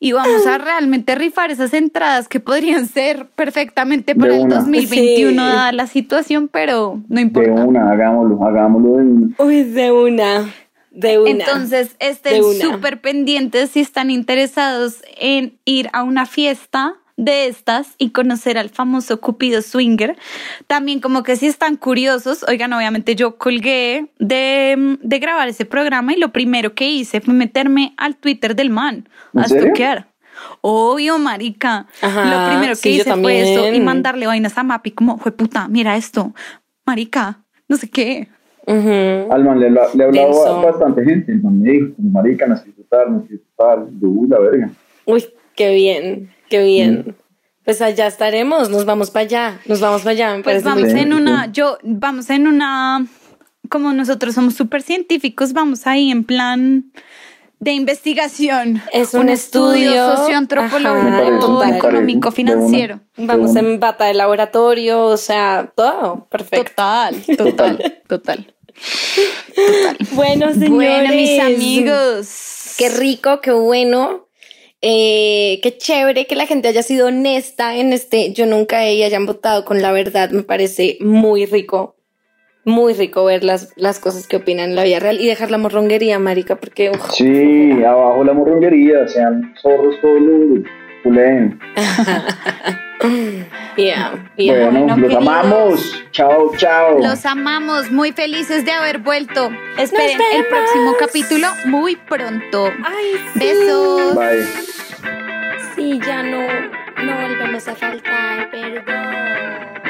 [SPEAKER 2] Y vamos a realmente rifar esas entradas que podrían ser perfectamente para
[SPEAKER 5] De
[SPEAKER 2] el
[SPEAKER 5] una.
[SPEAKER 2] 2021,
[SPEAKER 4] Sí.
[SPEAKER 2] dada la situación, pero no
[SPEAKER 5] De
[SPEAKER 2] importa.
[SPEAKER 5] una, hagámoslo, hagámoslo en
[SPEAKER 4] Uy, de una. De una.
[SPEAKER 2] Entonces,
[SPEAKER 4] De
[SPEAKER 2] estén
[SPEAKER 4] una.
[SPEAKER 2] súper pendientes si están interesados en ir a una fiesta de estas y conocer al famoso Cupido Swinger. También como que si están curiosos, oigan, obviamente yo colgué de, de grabar ese programa y lo primero que hice fue meterme al Twitter del man
[SPEAKER 5] ¿En
[SPEAKER 2] a
[SPEAKER 5] serio?
[SPEAKER 2] stalkear. Obvio, marica.
[SPEAKER 8] Ajá,
[SPEAKER 2] lo primero que
[SPEAKER 8] sí, yo
[SPEAKER 2] hice fue eso y
[SPEAKER 8] también.
[SPEAKER 2] mandarle vainas a Mapi como, fue puta, mira esto, marica, no sé qué.
[SPEAKER 8] Ujú.
[SPEAKER 5] Al man le, habla- le hablaba
[SPEAKER 8] Denso.
[SPEAKER 5] a bastante gente. El man me dijo, como, marica, me escribió tal, me escribió tal. Yo, uy, la verga.
[SPEAKER 8] Uy,
[SPEAKER 4] Qué bien, qué bien. Pues allá estaremos, nos vamos para allá, nos vamos para allá. me
[SPEAKER 2] Pues
[SPEAKER 4] parece muy
[SPEAKER 2] vamos
[SPEAKER 5] bien.
[SPEAKER 2] en una, yo, vamos en una, como nosotros somos súper científicos, vamos ahí en plan de investigación.
[SPEAKER 8] Es un estudio.
[SPEAKER 2] socioantropológico,
[SPEAKER 8] Ajá,
[SPEAKER 5] Me parece,
[SPEAKER 2] todo
[SPEAKER 5] me parece,
[SPEAKER 2] económico,
[SPEAKER 5] de
[SPEAKER 2] financiero.
[SPEAKER 5] una.
[SPEAKER 4] Vamos
[SPEAKER 5] Según-
[SPEAKER 4] en bata de laboratorio, o sea, todo perfecto.
[SPEAKER 2] Total, total, total.
[SPEAKER 4] Bueno, señores.
[SPEAKER 2] Bueno, mis amigos.
[SPEAKER 4] Qué rico, qué bueno. eh, qué chévere que la gente haya sido honesta en este. Yo nunca he y hayan votado con la verdad. Me parece muy rico. Muy rico ver las, las cosas que opinan en la vida real y dejar la morronguería, marica, porque uf,
[SPEAKER 5] Sí, abajo la morronguería, sean zorros todo el mundo. Culen.
[SPEAKER 4] yeah,
[SPEAKER 5] Bueno,
[SPEAKER 4] yeah.
[SPEAKER 2] Bueno,
[SPEAKER 5] los
[SPEAKER 2] queridos.
[SPEAKER 5] amamos. Chao, chao.
[SPEAKER 2] Los amamos, muy felices de haber vuelto. Esperen
[SPEAKER 4] vemos.
[SPEAKER 2] el próximo capítulo muy pronto.
[SPEAKER 4] Ay, sí.
[SPEAKER 2] Besos.
[SPEAKER 5] Bye.
[SPEAKER 4] Sí, ya no, no volvemos a faltar, perdón.